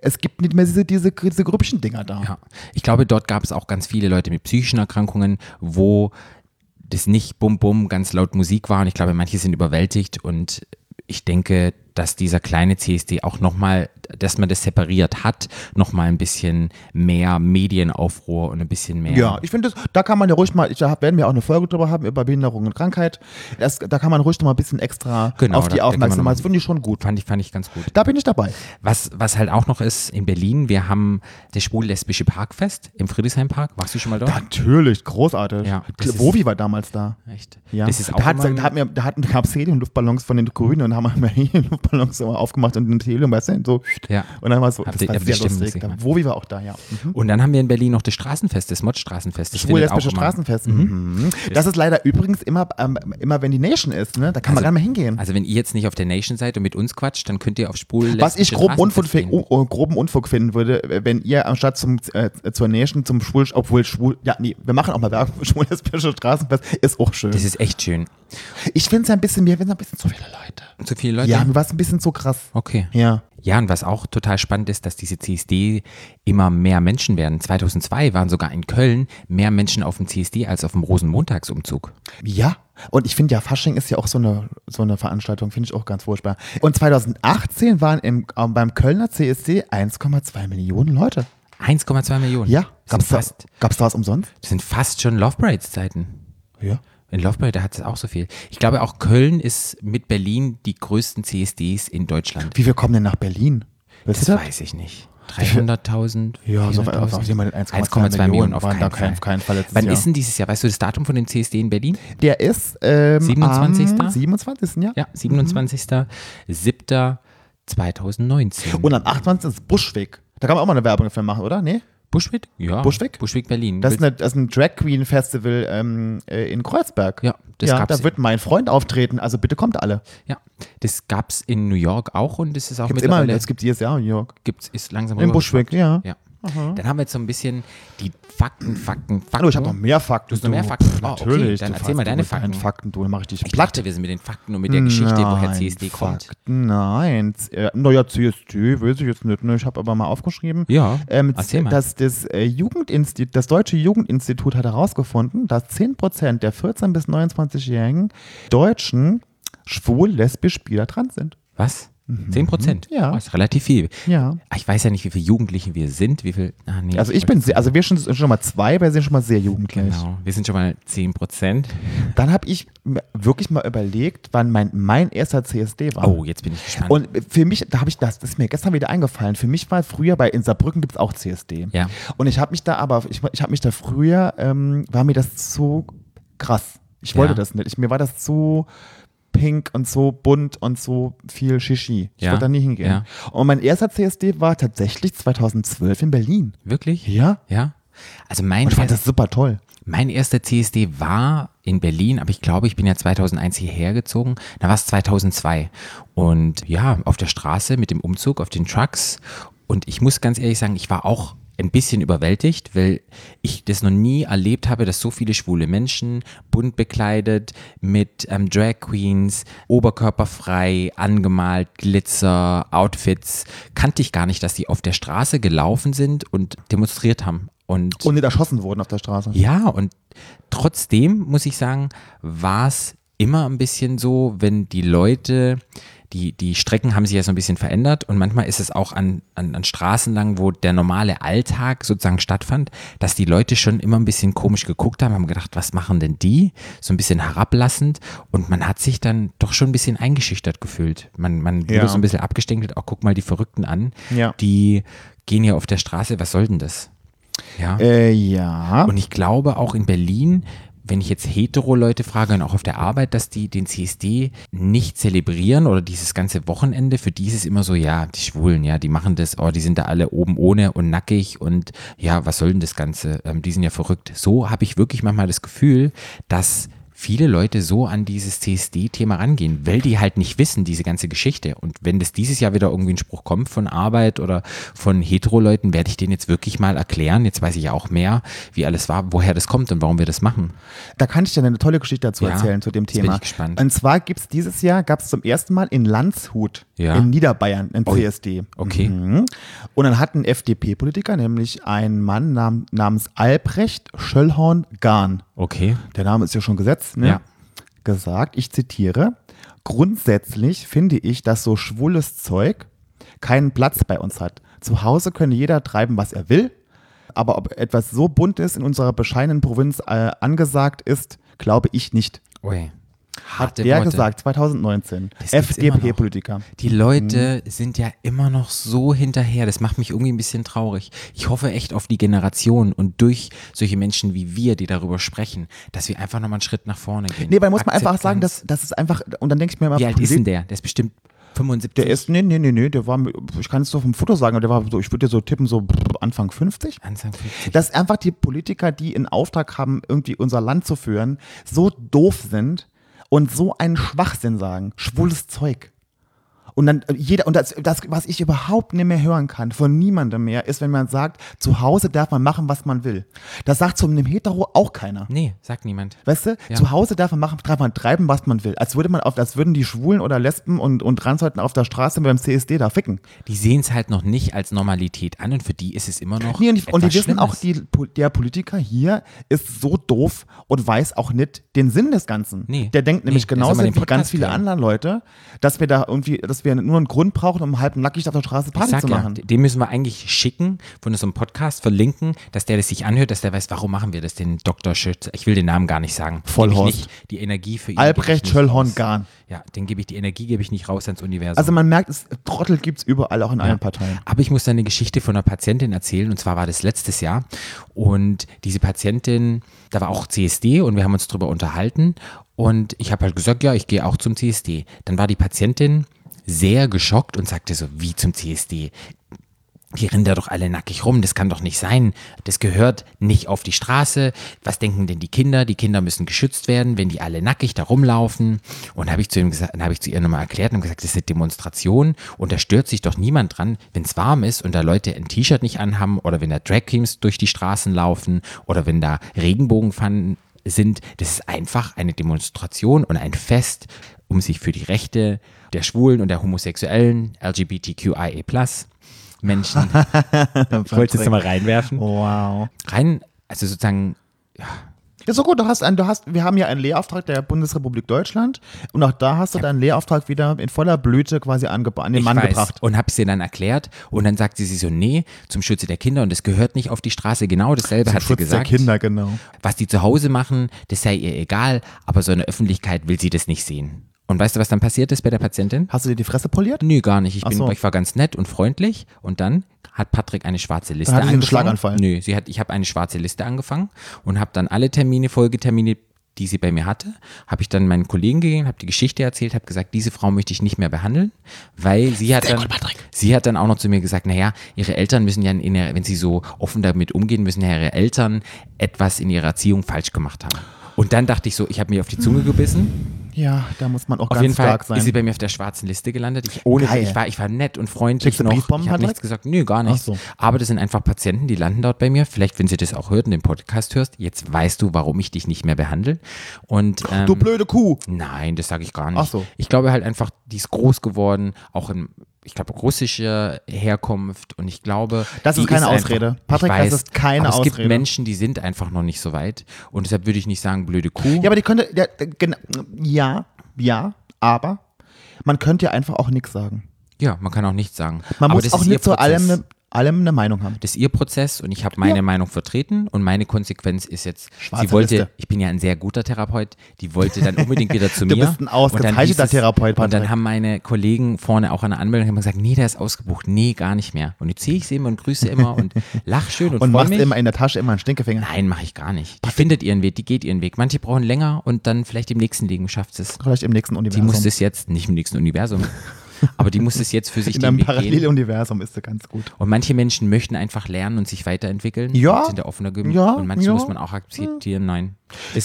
Speaker 1: es gibt nicht mehr diese, diese, diese grüppchen Dinger da.
Speaker 2: Ja, ich glaube, dort gab es auch ganz viele Leute mit psychischen Erkrankungen, wo das nicht bum bum ganz laut Musik war und ich glaube, manche sind überwältigt und ich denke, dass dieser kleine CSD auch nochmal, dass man das separiert hat, nochmal ein bisschen mehr Medienaufruhr und ein bisschen mehr.
Speaker 1: Ja, ich finde, das- da kann man ja ruhig mal, ich, da werden wir auch eine Folge drüber haben, über Behinderung und Krankheit. Das, da kann man ruhig noch mal ein bisschen extra
Speaker 2: Genau,
Speaker 1: auf die
Speaker 2: da- da kann man noch
Speaker 1: Aufmerksamkeit
Speaker 2: mal-
Speaker 1: machen. Das finde ich schon gut.
Speaker 2: Fand ich, fand ich ganz gut.
Speaker 1: Da bin ich dabei.
Speaker 2: Was, was halt auch noch ist in Berlin, wir haben das schwul-lesbische Parkfest im Friedrichshain Park. Warst du schon mal dort?
Speaker 1: Natürlich, großartig.
Speaker 2: Ja, das ist-
Speaker 1: Wovi war damals da.
Speaker 2: Echt?
Speaker 1: Ja.
Speaker 2: Das ist auch
Speaker 1: da hat,
Speaker 2: immer ein-
Speaker 1: da hat mir, da hatten gab es Helium-Luftballons von den Grünen und haben mir [LAUGHS] Helium-Luftballons immer aufgemacht und den Helium, weißt du, und so.
Speaker 2: Ja.
Speaker 1: Und dann war es so,
Speaker 2: Habt
Speaker 1: das
Speaker 2: ihr-
Speaker 1: war
Speaker 2: habt ihr
Speaker 1: sehr
Speaker 2: Stimmen
Speaker 1: lustig.
Speaker 2: gesehen?
Speaker 1: Wovi war auch da, ja. Mhm.
Speaker 2: Und dann haben wir in Berlin noch das Straßenfest, das Mod-Straßenfest. Das findet auch
Speaker 1: Schwul-lesbische
Speaker 2: immer-
Speaker 1: Straßenfest. Mhm. Das ist leider übrigens immer, ähm, immer wenn die Nation ist, ne? da kann man gar nicht mehr hingehen.
Speaker 2: Also wenn ihr jetzt nicht auf der Nation seid und mit uns quatscht, dann könnt ihr auf Spul.
Speaker 1: Was ich groben Unfug,
Speaker 2: Straßenfest gehen.
Speaker 1: uh, groben Unfug finden würde, wenn ihr anstatt zum, äh, zur Nation, zum Schwul, obwohl Schwul, ja, nee, wir machen auch mal Werbung für schwul-lesbische Straßenfest, ist auch schön.
Speaker 2: Das ist echt schön.
Speaker 1: Ich finde es ein bisschen, mir sind ein bisschen zu viele Leute.
Speaker 2: Zu viele Leute?
Speaker 1: Ja, mir war es ein bisschen zu krass.
Speaker 2: Okay.
Speaker 1: Ja.
Speaker 2: Ja, und was auch total spannend ist, dass diese CSD immer mehr Menschen werden. 2002 waren sogar in Köln mehr Menschen auf dem CSD als auf dem Rosenmontagsumzug.
Speaker 1: Ja. Und ich finde ja, Fasching ist ja auch so eine, so eine Veranstaltung, finde ich auch ganz furchtbar. Und 2018 waren im, ähm, beim Kölner CSD 1,2 Millionen Leute.
Speaker 2: 1,2 Millionen.
Speaker 1: Ja.
Speaker 2: Das
Speaker 1: Gab's
Speaker 2: sind,
Speaker 1: da,
Speaker 2: fast,
Speaker 1: gab's da was umsonst?
Speaker 2: das sind fast schon Love Parades Zeiten.
Speaker 1: Ja.
Speaker 2: In Love Parade hat es auch so viel. Ich glaube auch Köln ist mit Berlin die größten CSDs in Deutschland.
Speaker 1: Wie viel kommen denn nach Berlin? Wisst
Speaker 2: Das
Speaker 1: ihr
Speaker 2: weiß ich nicht. 300.000?
Speaker 1: Ja, so
Speaker 2: 400.000?
Speaker 1: auf- auf jeden Fall 1,2 Millionen
Speaker 2: auf
Speaker 1: waren
Speaker 2: keinen,
Speaker 1: da
Speaker 2: Fall.
Speaker 1: kein- auf keinen Fall letztes
Speaker 2: Wann
Speaker 1: Jahr.
Speaker 2: ist denn dieses Jahr? Weißt du das Datum von dem CSD in Berlin?
Speaker 1: Der ist ähm,
Speaker 2: 27.
Speaker 1: am 27. Ja.
Speaker 2: Ja, 27.07.2019.
Speaker 1: Und am 28. ist Buschweg. Da kann man auch mal eine Werbung dafür machen, oder? Nee?
Speaker 2: Bushwick? Ja.
Speaker 1: Bushwick?
Speaker 2: Bushwick Berlin.
Speaker 1: Das ist, eine, das ist ein Drag Queen Festival ähm, äh, in Kreuzberg.
Speaker 2: Ja, das
Speaker 1: das ja
Speaker 2: gab's-
Speaker 1: da wird mein Freund auftreten. Also bitte kommt alle.
Speaker 2: ja, das gab es in New York auch und es ist auch
Speaker 1: Gibt's immer,
Speaker 2: mittlerweile,
Speaker 1: es gibt jedes Jahr in New York.
Speaker 2: gibt's, ist langsam
Speaker 1: In Buschweg, ja.
Speaker 2: Ja. Dann haben wir jetzt so ein bisschen die Fakten, Fakten, Fakten.
Speaker 1: Hallo, ich habe noch mehr Fakten.
Speaker 2: hast noch mehr Fakten?
Speaker 1: Pff,
Speaker 2: Oh, okay,
Speaker 1: Natürlich. du
Speaker 2: dann erzähl
Speaker 1: fragst du
Speaker 2: mal deine
Speaker 1: mit deinen
Speaker 2: Fakten.
Speaker 1: Fakten, du, dann mache ich dich
Speaker 2: Ich
Speaker 1: platt.
Speaker 2: dachte, wir sind mit den Fakten und mit der Geschichte, woher
Speaker 1: Nein,
Speaker 2: CSD kommt.
Speaker 1: Fakten, nein. Z- Äh, naja, CSD weiß ich jetzt nicht. Ne? Ich habe aber mal aufgeschrieben.
Speaker 2: Ja,
Speaker 1: ähm,
Speaker 2: erzähl mal.
Speaker 1: Dass das, äh, Jugendinsti- das Deutsche Jugendinstitut hat herausgefunden, dass 10% der 14- bis 29-jährigen Deutschen schwul, lesbisch, bi oder trans sind.
Speaker 2: Was? 10 Prozent?
Speaker 1: Mhm. Ja.
Speaker 2: Oh, ist relativ viel. Ah,
Speaker 1: Ja.
Speaker 2: Ich weiß ja nicht, wie viele Jugendliche wir sind, wie viel. Ah, nee,
Speaker 1: Also
Speaker 2: ich
Speaker 1: ich bin, sehr, also wir sind schon mal zwei, wir sind schon mal sehr jugendlich.
Speaker 2: Genau. Wir sind schon mal 10 Prozent.
Speaker 1: Dann habe ich m- wirklich mal überlegt, wann mein, mein erster CSD war.
Speaker 2: Oh, jetzt bin ich gespannt.
Speaker 1: Und für mich, da habe ich das, das ist mir gestern wieder eingefallen. Für mich war früher bei in Saarbrücken gibt es auch CSD.
Speaker 2: Ja.
Speaker 1: Und ich habe mich da aber, ich, ich habe mich da früher, ähm, war mir das zu krass. Ich
Speaker 2: Ja.
Speaker 1: wollte das nicht. Ich, mir war das zu pink und so bunt und so viel Shishi. Ich
Speaker 2: Ja.
Speaker 1: wollte da nie hingehen.
Speaker 2: Ja.
Speaker 1: Und mein erster CSD war tatsächlich 2012 in Berlin.
Speaker 2: Wirklich?
Speaker 1: Ja.
Speaker 2: Ja. Also mein,
Speaker 1: Und ich fand
Speaker 2: erst,
Speaker 1: das super toll.
Speaker 2: mein erster CSD war in Berlin, aber ich glaube, ich bin ja 2001 hierher gezogen. Da war es 2002. Und ja, auf der Straße mit dem Umzug, auf den Trucks. Und ich muss ganz ehrlich sagen, ich war auch ein bisschen überwältigt, weil ich das noch nie erlebt habe, dass so viele schwule Menschen bunt bekleidet, mit ähm, Drag Queens, oberkörperfrei, angemalt, Glitzer, Outfits, kannte ich gar nicht, dass die auf der Straße gelaufen sind und demonstriert haben. Und
Speaker 1: Und nicht erschossen wurden auf der Straße.
Speaker 2: ja, und trotzdem muss ich sagen, war es immer ein bisschen so, wenn die Leute die, die Strecken haben sich ja so ein bisschen verändert und manchmal ist es auch an, an, an Straßen lang, wo der normale Alltag sozusagen stattfand, dass die Leute schon immer ein bisschen komisch geguckt haben, haben gedacht, was machen denn die? So ein bisschen herablassend und man hat sich dann doch schon ein bisschen eingeschüchtert gefühlt. Man, man wurde
Speaker 1: Ja.
Speaker 2: so ein bisschen abgestenkelt, auch guck mal die Verrückten an,
Speaker 1: Ja.
Speaker 2: die gehen hier auf der Straße, was soll denn das? Ja.
Speaker 1: Äh, ja.
Speaker 2: Und ich glaube auch in Berlin, wenn ich jetzt Hetero-Leute frage und auch auf der Arbeit, dass die den CSD nicht zelebrieren oder dieses ganze Wochenende, für die ist es immer so, ja, die Schwulen, ja, die machen das, oh, die sind da alle oben ohne und nackig und ja, was soll denn das Ganze? Ähm, die sind ja verrückt. So habe ich wirklich manchmal das Gefühl, dass viele Leute so an dieses CSD-Thema rangehen, weil die halt nicht wissen, diese ganze Geschichte. Und wenn das dieses Jahr wieder irgendwie ein Spruch kommt von Arbeit oder von Hetero-Leuten, werde ich den jetzt wirklich mal erklären. Jetzt weiß ich ja auch mehr, wie alles war, woher das kommt und warum wir das machen.
Speaker 1: Da kann ich dir eine tolle Geschichte dazu
Speaker 2: Ja,
Speaker 1: erzählen zu dem
Speaker 2: jetzt bin
Speaker 1: Thema.
Speaker 2: ich gespannt.
Speaker 1: Und zwar gibt es dieses Jahr, gab es zum ersten Mal in Landshut
Speaker 2: Ja.
Speaker 1: in Niederbayern ein CSD.
Speaker 2: Okay.
Speaker 1: Mhm. Und dann hat ein FDP-Politiker, nämlich ein Mann nam namens Albrecht Schöllhorn Gahn,
Speaker 2: Okay.
Speaker 1: der Name ist ja schon Gesetz, ne?
Speaker 2: Ja.
Speaker 1: gesagt, ich zitiere, grundsätzlich finde ich, dass so schwules Zeug keinen Platz bei uns hat. Zu Hause könne jeder treiben, was er will, aber ob etwas so Buntes in unserer bescheidenen Provinz äh, angesagt ist, glaube ich nicht.
Speaker 2: Ui.
Speaker 1: Hat
Speaker 2: Harte
Speaker 1: der
Speaker 2: Worte.
Speaker 1: gesagt, 2019,
Speaker 2: Das gibt's immer noch.
Speaker 1: FDP-Politiker.
Speaker 2: Die Leute
Speaker 1: Mhm.
Speaker 2: sind ja immer noch so hinterher. Das macht mich irgendwie ein bisschen traurig. Ich hoffe echt auf die Generation und durch solche Menschen wie wir, die darüber sprechen, dass wir einfach nochmal einen Schritt nach vorne gehen.
Speaker 1: Nee, weil muss man einfach sagen,
Speaker 2: Akzeptanz.
Speaker 1: dass das ist einfach, und dann denke ich mir immer,
Speaker 2: Wie alt ist denn der? Der ist bestimmt 75.
Speaker 1: der ist, nee, nee, nee, nee, der war, ich kann es so vom Foto sagen, aber der war so, ich würde dir so tippen, so Anfang 50.
Speaker 2: Anfang 50.
Speaker 1: dass einfach die Politiker, die in Auftrag haben, irgendwie unser Land zu führen, so doof sind und so einen Schwachsinn sagen. Schwules Zeug. Und dann äh, jeder, und das, das, was ich überhaupt nicht mehr hören kann, von niemandem mehr, ist, wenn man sagt, zu Hause darf man machen, was man will. Das sagt zu einem Hetero auch keiner.
Speaker 2: nee, sagt niemand.
Speaker 1: Weißt du,
Speaker 2: Ja.
Speaker 1: zu Hause darf man machen, darf man treiben, was man will. Als würde man auf, als würden die Schwulen oder Lesben und, und Transleuten auf der Straße beim CSD da ficken.
Speaker 2: Die sehen es halt noch nicht als Normalität an und für die ist es immer noch.
Speaker 1: Nee, und, ich, und die
Speaker 2: etwas
Speaker 1: wissen auch,
Speaker 2: Schlimmes.
Speaker 1: die, Po- der Politiker hier ist so doof und weiß auch nicht den Sinn des Ganzen.
Speaker 2: Nee.
Speaker 1: Der denkt nämlich
Speaker 2: Nee, der soll
Speaker 1: genauso
Speaker 2: mal den
Speaker 1: wie ganz
Speaker 2: Podcast
Speaker 1: viele
Speaker 2: hören.
Speaker 1: anderen Leute, dass wir da irgendwie, dass wir nur einen Grund brauchen, um halb nackig auf der Straße
Speaker 2: Ich
Speaker 1: Party
Speaker 2: sag
Speaker 1: zu
Speaker 2: ja,
Speaker 1: machen.
Speaker 2: den müssen wir eigentlich schicken, von unserem Podcast verlinken, dass der das sich anhört, dass der weiß, warum machen wir das, den Dr. Schütz. Ich will den Namen gar nicht sagen.
Speaker 1: Vollhorst.
Speaker 2: Geb ich Nicht die Energie für ihn.
Speaker 1: Albrecht
Speaker 2: geb ich nicht
Speaker 1: Schöllhorn
Speaker 2: raus.
Speaker 1: Gahn.
Speaker 2: Ja, den gebe ich, die Energie gebe ich nicht raus ans Universum.
Speaker 1: Also man merkt, es, Trottel gibt's überall, auch in allen
Speaker 2: [LAUGHS]
Speaker 1: Parteien.
Speaker 2: Aber ich muss da eine Geschichte von einer Patientin erzählen und zwar war das letztes Jahr und diese Patientin, da war auch CSD und wir haben uns drüber unterhalten und ich habe halt gesagt, ja, ich gehe auch zum CSD. Dann war die Patientin sehr geschockt und sagte so, wie zum CSD? Die rennen da doch alle nackig rum, das kann doch nicht sein. Das gehört nicht auf die Straße. Was denken denn die Kinder? Die Kinder müssen geschützt werden, wenn die alle nackig da rumlaufen. Und habe ich zu ihm gesagt, dann habe ich zu ihr nochmal erklärt und gesagt, das ist eine Demonstration und da stört sich doch niemand dran, wenn es warm ist und da Leute ein T-Shirt nicht anhaben oder wenn da Drag Queens durch die Straßen laufen oder wenn da Regenbogenpfannen sind. Das ist einfach eine Demonstration und ein Fest, um sich für die Rechte der Schwulen und der Homosexuellen, LGBTQIA+,
Speaker 1: [LAUGHS]
Speaker 2: Menschen. ich wollte es jetzt mal reinwerfen.
Speaker 1: Wow.
Speaker 2: Rein, also sozusagen,
Speaker 1: Ja, so gut, du hast einen, du hast, wir haben ja einen Lehrauftrag der Bundesrepublik Deutschland und auch da hast du deinen Lehrauftrag wieder in voller Blüte quasi angeb- an den
Speaker 2: ich
Speaker 1: Mann
Speaker 2: weiß,
Speaker 1: gebracht.
Speaker 2: Und hab's ihr dann erklärt. Und dann sagt sie sie so, nee, zum Schutze der Kinder. Und das gehört nicht auf die Straße. Genau dasselbe hat sie
Speaker 1: Schutz der
Speaker 2: gesagt.
Speaker 1: Kinder, genau.
Speaker 2: Was die zu Hause machen, das sei ihr egal. Aber so in der Öffentlichkeit will sie das nicht sehen. Und weißt du, was dann passiert ist bei der Patientin?
Speaker 1: Hast du dir die Fresse poliert?
Speaker 2: Nö, gar nicht. Ich, bin,
Speaker 1: so.
Speaker 2: ich war ganz nett und freundlich. Und dann hat Patrick eine schwarze Liste
Speaker 1: hatte sie einen
Speaker 2: angefangen.
Speaker 1: Schlaganfall.
Speaker 2: Nö, sie hat, ich habe eine schwarze Liste angefangen und habe dann alle Termine, Folgetermine, die sie bei mir hatte, habe ich dann meinen Kollegen gegeben, habe die Geschichte erzählt, habe gesagt, diese Frau möchte ich nicht mehr behandeln, weil sie hat dann, sie hat dann auch noch zu mir gesagt, naja, ihre Eltern müssen ja, in ihrer, wenn sie so offen damit umgehen, müssen ja ihre Eltern etwas in ihrer Erziehung falsch gemacht haben. Und dann dachte ich so, ich habe mir auf die Zunge gebissen.
Speaker 1: Ja, da muss man auch
Speaker 2: Auf
Speaker 1: ganz
Speaker 2: jeden Fall
Speaker 1: stark sein. Oh,
Speaker 2: ist sie bei mir auf der schwarzen Liste gelandet. Ich, ohne,
Speaker 1: Geil.
Speaker 2: ich, war, ich war nett und
Speaker 1: Kriegst
Speaker 2: freundlich
Speaker 1: du
Speaker 2: noch. Ich
Speaker 1: Briefbomben,
Speaker 2: habe
Speaker 1: Patrick?
Speaker 2: nichts gesagt. Nö, gar nichts.
Speaker 1: so.
Speaker 2: Aber das sind einfach Patienten, die landen dort bei mir. Vielleicht, wenn sie das auch hörten, den Podcast hörst, jetzt weißt du, warum ich dich nicht mehr behandle. Und ähm,
Speaker 1: Du blöde Kuh.
Speaker 2: Nein, das sage ich gar nicht.
Speaker 1: Ach so.
Speaker 2: Ich glaube halt einfach, die ist groß geworden, auch in, ich glaube, russischer Herkunft. Und ich glaube,
Speaker 1: Das
Speaker 2: die
Speaker 1: ist keine
Speaker 2: einfach-
Speaker 1: Ausrede.
Speaker 2: ich
Speaker 1: Patrick, das
Speaker 2: weiß,
Speaker 1: ist keine
Speaker 2: aber Es gibt
Speaker 1: Ausrede.
Speaker 2: Menschen, die sind einfach noch nicht so weit. Und deshalb würde ich nicht sagen, blöde Kuh.
Speaker 1: Ja, aber die könnte. Ja, genau, ja, ja, aber man könnte ja einfach auch nichts sagen.
Speaker 2: Ja, man kann auch nichts sagen.
Speaker 1: Man
Speaker 2: Aber
Speaker 1: muss
Speaker 2: das
Speaker 1: auch
Speaker 2: ist ihr
Speaker 1: nicht zu allem,
Speaker 2: Prozess.
Speaker 1: ne- allem eine Meinung haben.
Speaker 2: Das ist ihr Prozess und ich habe meine Meinung vertreten und meine Konsequenz ist jetzt,
Speaker 1: Schwarze
Speaker 2: sie wollte,
Speaker 1: Liste.
Speaker 2: ich bin ja ein sehr guter Therapeut, die wollte dann unbedingt wieder
Speaker 1: [LAUGHS]
Speaker 2: zu
Speaker 1: Du
Speaker 2: mir.
Speaker 1: bist ein
Speaker 2: und dann
Speaker 1: ausgezeichneter
Speaker 2: hieß es-
Speaker 1: Therapeut,
Speaker 2: Und dann
Speaker 1: Patrick.
Speaker 2: haben meine Kollegen vorne auch an der Anmeldung haben gesagt, nee, der ist ausgebucht, nee, gar nicht mehr. Und jetzt sehe ich sie immer und grüße immer
Speaker 1: [LAUGHS]
Speaker 2: und lach schön und,
Speaker 1: Und
Speaker 2: freue
Speaker 1: machst
Speaker 2: mich.
Speaker 1: immer in der Tasche immer einen Stinkefinger.
Speaker 2: Nein, mache ich gar nicht. Die findet ihren Weg, die geht ihren Weg. Manche brauchen länger und dann vielleicht im nächsten Leben schafft es.
Speaker 1: Vielleicht im nächsten
Speaker 2: Die
Speaker 1: Universum.
Speaker 2: muss es jetzt, nicht im nächsten
Speaker 1: [LAUGHS]
Speaker 2: Universum, aber die muss es jetzt für sich
Speaker 1: in
Speaker 2: den
Speaker 1: einem
Speaker 2: Weg gehen.
Speaker 1: Paralleluniversum ist sie ganz gut.
Speaker 2: Und manche Menschen möchten einfach lernen und sich weiterentwickeln.
Speaker 1: Ja,
Speaker 2: und Sind da offener gemüt.
Speaker 1: ja,
Speaker 2: Und manche
Speaker 1: ja. Hm.
Speaker 2: muss man auch akzeptieren. Nein. Das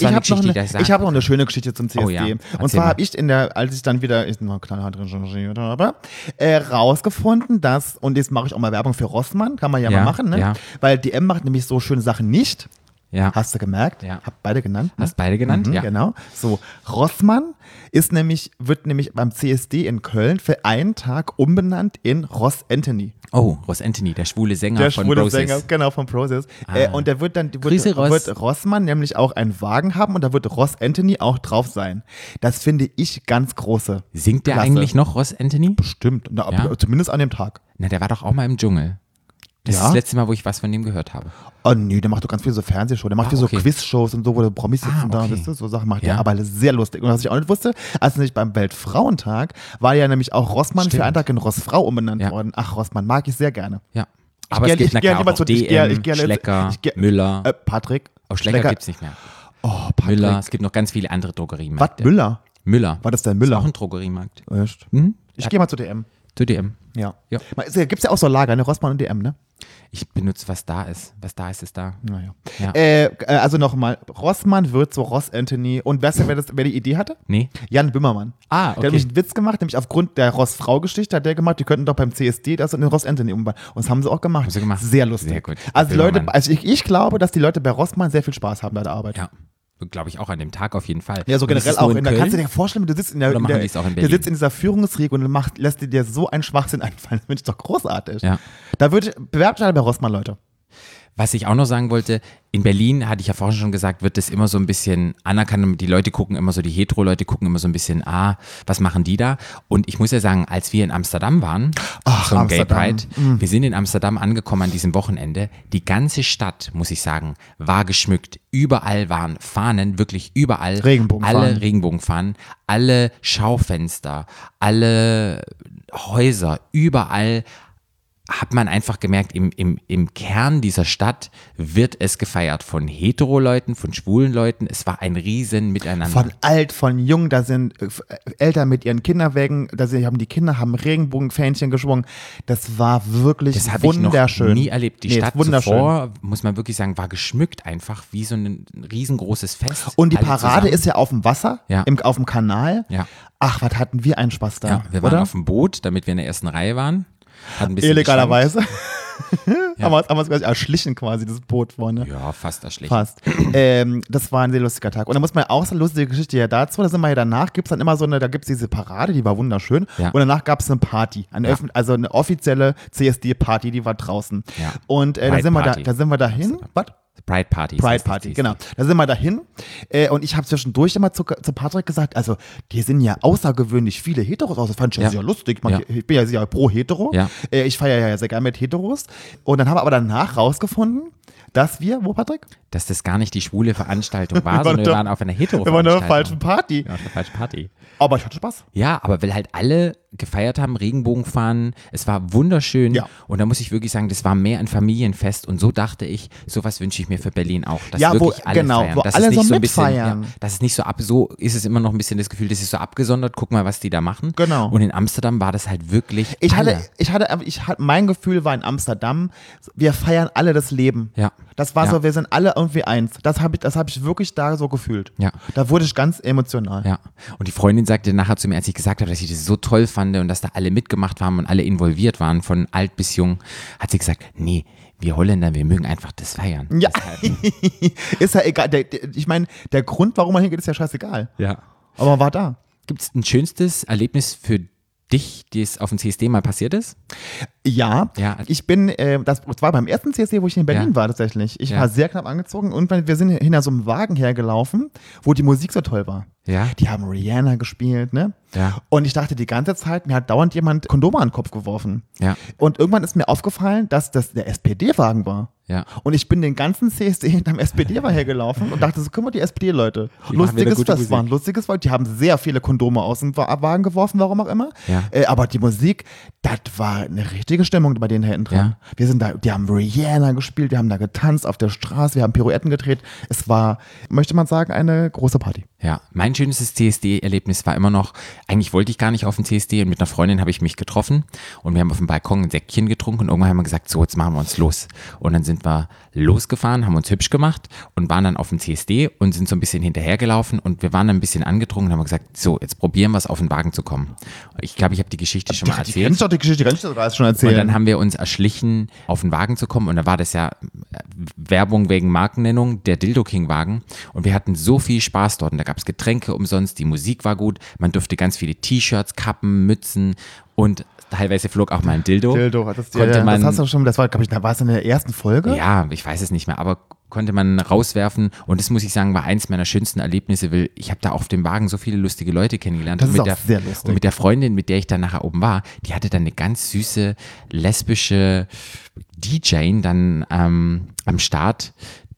Speaker 1: Ich
Speaker 2: war eine
Speaker 1: habe noch,
Speaker 2: Geschichte, die
Speaker 1: eine-
Speaker 2: ich sage.
Speaker 1: ich hab noch eine schöne Geschichte zum CSD.
Speaker 2: Oh ja, erzähl
Speaker 1: Und zwar
Speaker 2: mal.
Speaker 1: habe ich in der, als ich dann wieder, ist noch knallhart recherchiert habe, äh, rausgefunden, dass, und jetzt mache ich auch mal Werbung für Rossmann, kann man ja,
Speaker 2: Ja,
Speaker 1: mal machen, ne?
Speaker 2: ja.
Speaker 1: Weil DM macht nämlich so schöne Sachen nicht.
Speaker 2: ja.
Speaker 1: Hast du gemerkt?
Speaker 2: Ja.
Speaker 1: Hab beide genannt. ne?
Speaker 2: Hast beide genannt?
Speaker 1: Mhm,
Speaker 2: ja.
Speaker 1: Genau. So, Rossmann ist nämlich, wird nämlich beim CSD in Köln für einen Tag umbenannt in Ross Anthony.
Speaker 2: Oh, Ross Anthony, der schwule Sänger
Speaker 1: Der
Speaker 2: von
Speaker 1: schwule
Speaker 2: Roses.
Speaker 1: Sänger, genau, von Process. Äh, und der wird dann, die- wird,
Speaker 2: Grüße, Ross.
Speaker 1: wird Rossmann nämlich auch einen Wagen haben und da wird Ross Anthony auch drauf sein. Das finde ich ganz große.
Speaker 2: Singt der
Speaker 1: Klasse.
Speaker 2: eigentlich noch, Ross Anthony?
Speaker 1: Stimmt, na,
Speaker 2: Ja.
Speaker 1: aber zumindest an dem Tag.
Speaker 2: Na, der war doch auch mal im Dschungel. Das ist
Speaker 1: Ja?
Speaker 2: das letzte Mal, wo ich was von dem gehört habe.
Speaker 1: Oh nee, der macht doch ganz viele so Fernsehshows, der macht
Speaker 2: Ah,
Speaker 1: viel so
Speaker 2: okay.
Speaker 1: Quizshows und so, wo die Promis
Speaker 2: Ah,
Speaker 1: sitzen da,
Speaker 2: okay.
Speaker 1: wisst ihr, so Sachen macht
Speaker 2: Ja.
Speaker 1: der, aber sehr lustig. Und was ich auch nicht wusste, als nämlich beim Weltfrauentag war ja nämlich auch Rossmann
Speaker 2: Stimmt.
Speaker 1: für einen Tag in Rossfrau umbenannt
Speaker 2: Ja.
Speaker 1: worden. Ach, Rossmann mag ich sehr gerne.
Speaker 2: Ja. Aber
Speaker 1: gehe-
Speaker 2: es gibt
Speaker 1: ich
Speaker 2: na
Speaker 1: gehe
Speaker 2: klar
Speaker 1: lieber
Speaker 2: auch
Speaker 1: zu- ich gehe- ich
Speaker 2: DM,
Speaker 1: gehe-
Speaker 2: Schlecker,
Speaker 1: ich gehe-
Speaker 2: Müller.
Speaker 1: Äh, Patrick.
Speaker 2: oh, Schlecker, gibt's nicht mehr.
Speaker 1: Oh, Patrick.
Speaker 2: Müller, es gibt noch ganz viele andere
Speaker 1: Was,
Speaker 2: Drogeriemarkt.
Speaker 1: Müller?
Speaker 2: Müller.
Speaker 1: War das der
Speaker 2: Ist auch
Speaker 1: Müller?
Speaker 2: ein Drogeriemarkt.
Speaker 1: Echt?
Speaker 2: Hm?
Speaker 1: Ich gehe mal zu DM.
Speaker 2: Zu DM.
Speaker 1: Ja.
Speaker 2: Ja.
Speaker 1: Man- es Gibt's ja auch so Lager, ne? Rossmann und DM, ne?
Speaker 2: Ich benutze, was da ist. Was da ist, ist da.
Speaker 1: Naja.
Speaker 2: Ja.
Speaker 1: Äh, äh, also nochmal, Rossmann wird zu Ross Anthony. Und weißt du, wer, das, wer die Idee hatte?
Speaker 2: Nee.
Speaker 1: Jan Böhmermann. Der
Speaker 2: Ah, okay.
Speaker 1: hat nämlich einen Witz gemacht, nämlich aufgrund der Ross-Frau-Geschichte hat der gemacht, die könnten doch beim CSD das in den Ross Anthony umwandeln. Und das haben sie auch gemacht.
Speaker 2: sie gemacht.
Speaker 1: Sehr lustig.
Speaker 2: Sehr gut.
Speaker 1: Also, die Leute,
Speaker 2: Böhmermann.
Speaker 1: also ich, ich glaube, dass die Leute bei Rossmann sehr viel Spaß haben bei der Arbeit.
Speaker 2: Ja, glaube ich auch an dem Tag auf jeden Fall.
Speaker 1: Ja, so
Speaker 2: Und ist
Speaker 1: generell
Speaker 2: es nur
Speaker 1: auch.
Speaker 2: in
Speaker 1: In da
Speaker 2: Köln?
Speaker 1: kannst du dir vorstellen, du sitzt in der,
Speaker 2: Oder
Speaker 1: in
Speaker 2: machen
Speaker 1: der,
Speaker 2: die es auch in
Speaker 1: der
Speaker 2: Berlin?
Speaker 1: sitzt in dieser Führungsriege und macht, lässt dir so einen Schwachsinn einfallen. Das finde ich doch großartig.
Speaker 2: Ja.
Speaker 1: Da würde ich, bewerbt euch alle bei Rossmann, Leute.
Speaker 2: Was ich auch noch sagen wollte, in Berlin, hatte ich ja vorhin schon gesagt, wird das immer so ein bisschen anerkannt. und Die Leute gucken immer so, die Hetero-Leute gucken immer so ein bisschen, ah, was machen die da? Und ich muss ja sagen, als wir in Amsterdam waren,
Speaker 1: Ach,
Speaker 2: zum Gay
Speaker 1: Amsterdam. Mhm.
Speaker 2: Pride, wir sind in Amsterdam angekommen an diesem Wochenende. Die ganze Stadt, muss ich sagen, war geschmückt. Überall waren Fahnen, wirklich überall.
Speaker 1: Regenbogenfahnen.
Speaker 2: Alle Regenbogenfahnen, alle Schaufenster, alle Häuser, überall hat man einfach gemerkt, im, im, im Kern dieser Stadt wird es gefeiert von Hetero-Leuten, von schwulen Leuten. Es war ein riesen Miteinander.
Speaker 1: Von alt, von jung, da sind äh, Eltern mit ihren Kinderwägen, da sind, haben die Kinder, haben Regenbogenfähnchen geschwungen. Das war wirklich
Speaker 2: das habe ich noch
Speaker 1: wunderschön.
Speaker 2: nie erlebt. Die
Speaker 1: Nee,
Speaker 2: Stadt
Speaker 1: ist wunderschön.
Speaker 2: zuvor, muss man wirklich sagen, war geschmückt einfach wie so ein riesengroßes Fest.
Speaker 1: Und die
Speaker 2: Alle
Speaker 1: Parade
Speaker 2: zusammen.
Speaker 1: ist ja auf dem Wasser,
Speaker 2: Ja.
Speaker 1: im, auf dem Kanal.
Speaker 2: Ja.
Speaker 1: Ach, was hatten wir einen Spaß da,
Speaker 2: Ja, wir waren
Speaker 1: oder?
Speaker 2: auf dem Boot, damit wir in der ersten Reihe waren. Hat ein bisschen
Speaker 1: Illegalerweise. [LAUGHS] haben wir uns- haben wir uns quasi erschlichen quasi, das Boot vorne.
Speaker 2: geschwankt. Ja, fast erschlichen.
Speaker 1: Passt. ähm, das war ein sehr lustiger Tag. Und da muss man auch so eine lustige Geschichte ja dazu, da sind wir ja danach, gibt's dann immer so eine, da gibt's diese Parade, die war wunderschön.
Speaker 2: Ja.
Speaker 1: Und danach gab's eine Party, eine öffn- also eine offizielle CSD-Party, die war draußen.
Speaker 2: Ja.
Speaker 1: Und äh, da,
Speaker 2: Pride
Speaker 1: sind wir da,
Speaker 2: Party.
Speaker 1: da sind wir dahin. Was?
Speaker 2: Pride Party. das
Speaker 1: Pride
Speaker 2: heißt das
Speaker 1: Party,
Speaker 2: dies.
Speaker 1: genau. Da sind wir dahin. Äh, und ich habe zwischendurch immer zu, zu Patrick gesagt, also die sind ja außergewöhnlich viele Heteros aus. Das fand ich ja,
Speaker 2: Ja.
Speaker 1: sehr lustig. Man,
Speaker 2: Ja.
Speaker 1: Ich bin ja sehr pro Hetero.
Speaker 2: Ja.
Speaker 1: Äh, ich feiere ja sehr gerne mit Heteros. Und dann haben wir aber danach rausgefunden, dass wir, wo Patrick?
Speaker 2: Dass das gar nicht die
Speaker 1: [LAUGHS]
Speaker 2: schwule Veranstaltung war,
Speaker 1: waren
Speaker 2: sondern wir
Speaker 1: doch-
Speaker 2: waren auf einer hetero
Speaker 1: Wir waren auf
Speaker 2: Veranstaltung.
Speaker 1: einer falschen Party.
Speaker 2: Ja, auf einer falschen Party.
Speaker 1: Aber ich hatte Spaß.
Speaker 2: Ja, aber weil halt alle gefeiert haben, Regenbogen fahren, es war wunderschön.
Speaker 1: Ja.
Speaker 2: Und da muss ich wirklich sagen, das war mehr ein Familienfest. Und so dachte ich, sowas wünsche ich mir für Berlin auch. Dass
Speaker 1: Ja, wo-
Speaker 2: wirklich alle
Speaker 1: genau,
Speaker 2: feiern.
Speaker 1: wo
Speaker 2: dass
Speaker 1: alle
Speaker 2: es nicht
Speaker 1: so
Speaker 2: ein bisschen, ja,
Speaker 1: mitfeiern.
Speaker 2: Das ist nicht so ab, so ist es immer noch ein bisschen das Gefühl, das ist so abgesondert, guck mal, was die da machen.
Speaker 1: Genau.
Speaker 2: Und in Amsterdam war das halt wirklich.
Speaker 1: Ich
Speaker 2: alle.
Speaker 1: hatte, ich hatte, ich hatte, mein Gefühl war in Amsterdam, wir feiern alle das Leben.
Speaker 2: Ja.
Speaker 1: Das war
Speaker 2: Ja.
Speaker 1: so, wir sind alle irgendwie eins. Das habe ich, das habe ich wirklich da so gefühlt.
Speaker 2: Ja.
Speaker 1: Da wurde ich ganz emotional.
Speaker 2: Ja. Und die Freundin sagte nachher zu mir, als ich gesagt habe, dass ich das so toll fand und dass da alle mitgemacht haben und alle involviert waren, von alt bis jung, hat sie gesagt, nee, wir Holländer, wir mögen einfach das feiern.
Speaker 1: Ja, [LAUGHS] ist ja egal. Der, der, ich meine, der Grund, warum man hingeht, ist ja scheißegal.
Speaker 2: Ja.
Speaker 1: Aber man war da.
Speaker 2: Gibt es ein schönstes Erlebnis für dich, das auf dem CSD mal passiert ist?
Speaker 1: Ja,
Speaker 2: Ja.
Speaker 1: ich bin, äh, das war beim ersten CSD, wo ich in Berlin
Speaker 2: Ja.
Speaker 1: war tatsächlich. Ich
Speaker 2: Ja.
Speaker 1: war sehr knapp angezogen und wir sind hinter so einem Wagen hergelaufen, wo die Musik so toll war.
Speaker 2: Ja.
Speaker 1: Die haben Rihanna gespielt, ne?
Speaker 2: Ja.
Speaker 1: Und ich dachte die ganze Zeit, mir hat dauernd jemand Kondome an den Kopf geworfen.
Speaker 2: Ja.
Speaker 1: Und irgendwann ist mir aufgefallen, dass das der SPD-Wagen war.
Speaker 2: Ja.
Speaker 1: Und ich bin den ganzen CSD hinterm SPD-Wagen hergelaufen und dachte so, guck mal, die SPD-Leute.
Speaker 2: Die machen wieder
Speaker 1: Lustiges
Speaker 2: gute
Speaker 1: Fest
Speaker 2: Musik.
Speaker 1: waren, lustiges Volk. Die haben sehr viele Kondome aus dem Wa- Wagen geworfen, warum auch immer.
Speaker 2: Ja.
Speaker 1: Äh, aber die Musik, das war eine richtige Stimmung bei denen hinten dran. Wir sind da, die haben Rihanna gespielt, wir haben da getanzt auf der Straße, wir haben Pirouetten gedreht. Es war, möchte man sagen, eine große Party.
Speaker 2: Ja, mein schönstes CSD-Erlebnis war immer noch, eigentlich wollte ich gar nicht auf den CSD und mit einer Freundin habe ich mich getroffen und wir haben auf dem Balkon ein Säckchen getrunken und irgendwann haben wir gesagt, so jetzt machen wir uns los. Und dann sind wir losgefahren, haben uns hübsch gemacht und waren dann auf dem CSD und sind so ein bisschen hinterhergelaufen und wir waren dann ein bisschen angetrunken und haben gesagt, so jetzt probieren wir es auf den Wagen zu kommen. Ich glaube, ich habe die Geschichte schon mal
Speaker 1: die
Speaker 2: erzählt.
Speaker 1: kennst doch die Geschichte, die kannst du sogar schon
Speaker 2: Und
Speaker 1: erzählen.
Speaker 2: dann haben wir uns erschlichen, auf den Wagen zu kommen. Und da war das ja äh, Werbung wegen Markennennung, der Dildo King Wagen. Und wir hatten so viel Spaß dort. Und da gab es Getränke umsonst, die Musik war gut. Man durfte ganz viele T-Shirts, Kappen, Mützen und teilweise flog auch mal ein Dildo.
Speaker 1: Dildo, das,
Speaker 2: Oh, Konnte
Speaker 1: ja,
Speaker 2: man,
Speaker 1: das hast du schon, das war, glaube ich, da war es in der ersten Folge.
Speaker 2: ja, ich weiß es nicht mehr, aber konnte man rauswerfen. Und das muss ich sagen, war eins meiner schönsten Erlebnisse. Will ich habe da auf dem Wagen so viele lustige Leute kennengelernt.
Speaker 1: Das
Speaker 2: und
Speaker 1: ist
Speaker 2: mit
Speaker 1: auch
Speaker 2: der,
Speaker 1: sehr lustig.
Speaker 2: Und mit der Freundin, mit der ich dann nachher oben war, die hatte dann eine ganz süße lesbische DJ dann ähm, am Start,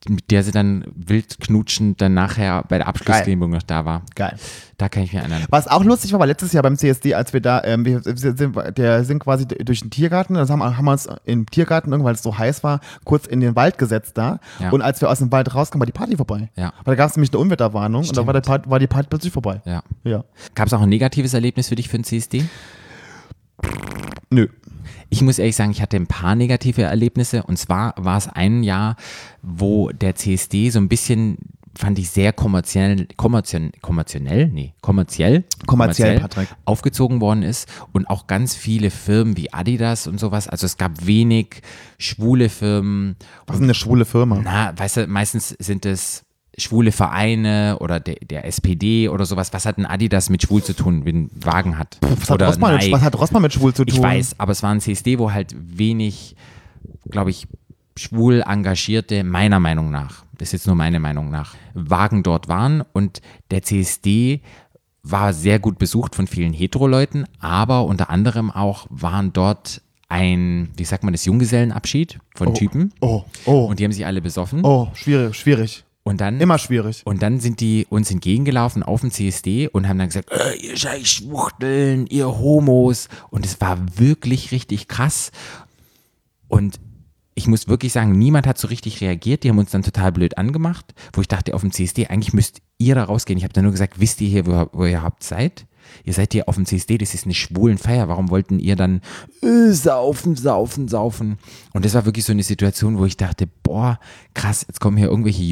Speaker 2: mit der sie dann wild knutschend dann nachher bei der Abschlussklebung noch da war.
Speaker 1: Geil.
Speaker 2: Da kann ich mich erinnern.
Speaker 1: Was auch lustig war, war letztes Jahr beim CSD, als wir da, ähm, wir sind, der sind quasi durch den Tiergarten, das haben, haben wir uns im Tiergarten, irgendwann, weil es so heiß war, kurz in den Wald gesetzt da.
Speaker 2: Ja.
Speaker 1: Und als wir aus dem Wald rauskamen, war die Party vorbei.
Speaker 2: Ja.
Speaker 1: Weil da gab es nämlich eine Unwetterwarnung und da war, der Part, war die Party plötzlich vorbei.
Speaker 2: Ja.
Speaker 1: Ja.
Speaker 2: Gab es auch ein negatives Erlebnis für dich für den CSD?
Speaker 1: Nö.
Speaker 2: Ich muss ehrlich sagen, ich hatte ein paar negative Erlebnisse. Und zwar war es ein Jahr, wo der CSD so ein bisschen fand ich sehr kommerziell, kommerziell, kommerziell, nee, kommerziell,
Speaker 1: Kommerziell, Patrick.
Speaker 2: aufgezogen worden ist und auch ganz viele Firmen wie Adidas und sowas, also es gab wenig schwule Firmen
Speaker 1: Das ist eine schwule Firma.
Speaker 2: na, weißt du, meistens sind es schwule Vereine oder der, der SPD oder sowas. Was hat ein Adidas mit schwul zu tun, wenn ein Wagen hat?
Speaker 1: Was hat,
Speaker 2: oder
Speaker 1: Rossmann mit,
Speaker 2: Nike?
Speaker 1: was hat Rossmann mit schwul zu tun?
Speaker 2: Ich weiß, aber es war ein CSD, wo halt wenig, glaube ich, schwul engagierte, meiner Meinung nach, das ist jetzt nur meine Meinung nach, Wagen dort waren und der CSD war sehr gut besucht von vielen Hetero-Leuten, aber unter anderem auch waren dort ein, wie sagt man das, Junggesellenabschied von Typen.
Speaker 1: Oh, oh,
Speaker 2: Und die haben sich alle besoffen.
Speaker 1: oh, schwierig, schwierig.
Speaker 2: Und dann
Speaker 1: Immer schwierig.
Speaker 2: und dann sind die uns entgegengelaufen auf dem CSD und haben dann gesagt, äh, ihr scheiß Schwuchteln, ihr Homos. Und es war wirklich richtig krass. Und ich muss wirklich sagen, niemand hat so richtig reagiert. Die haben uns dann total blöd angemacht, wo ich dachte, auf dem CSD, eigentlich müsst ihr da rausgehen. Ich habe dann nur gesagt, wisst ihr hier, wo, wo ihr habt seid? Ihr seid hier auf dem CSD, das ist eine schwulen Feier. Warum wollten ihr dann äh, saufen, saufen, saufen? Und das war wirklich so eine Situation, wo ich dachte, boah, krass, jetzt kommen hier irgendwelche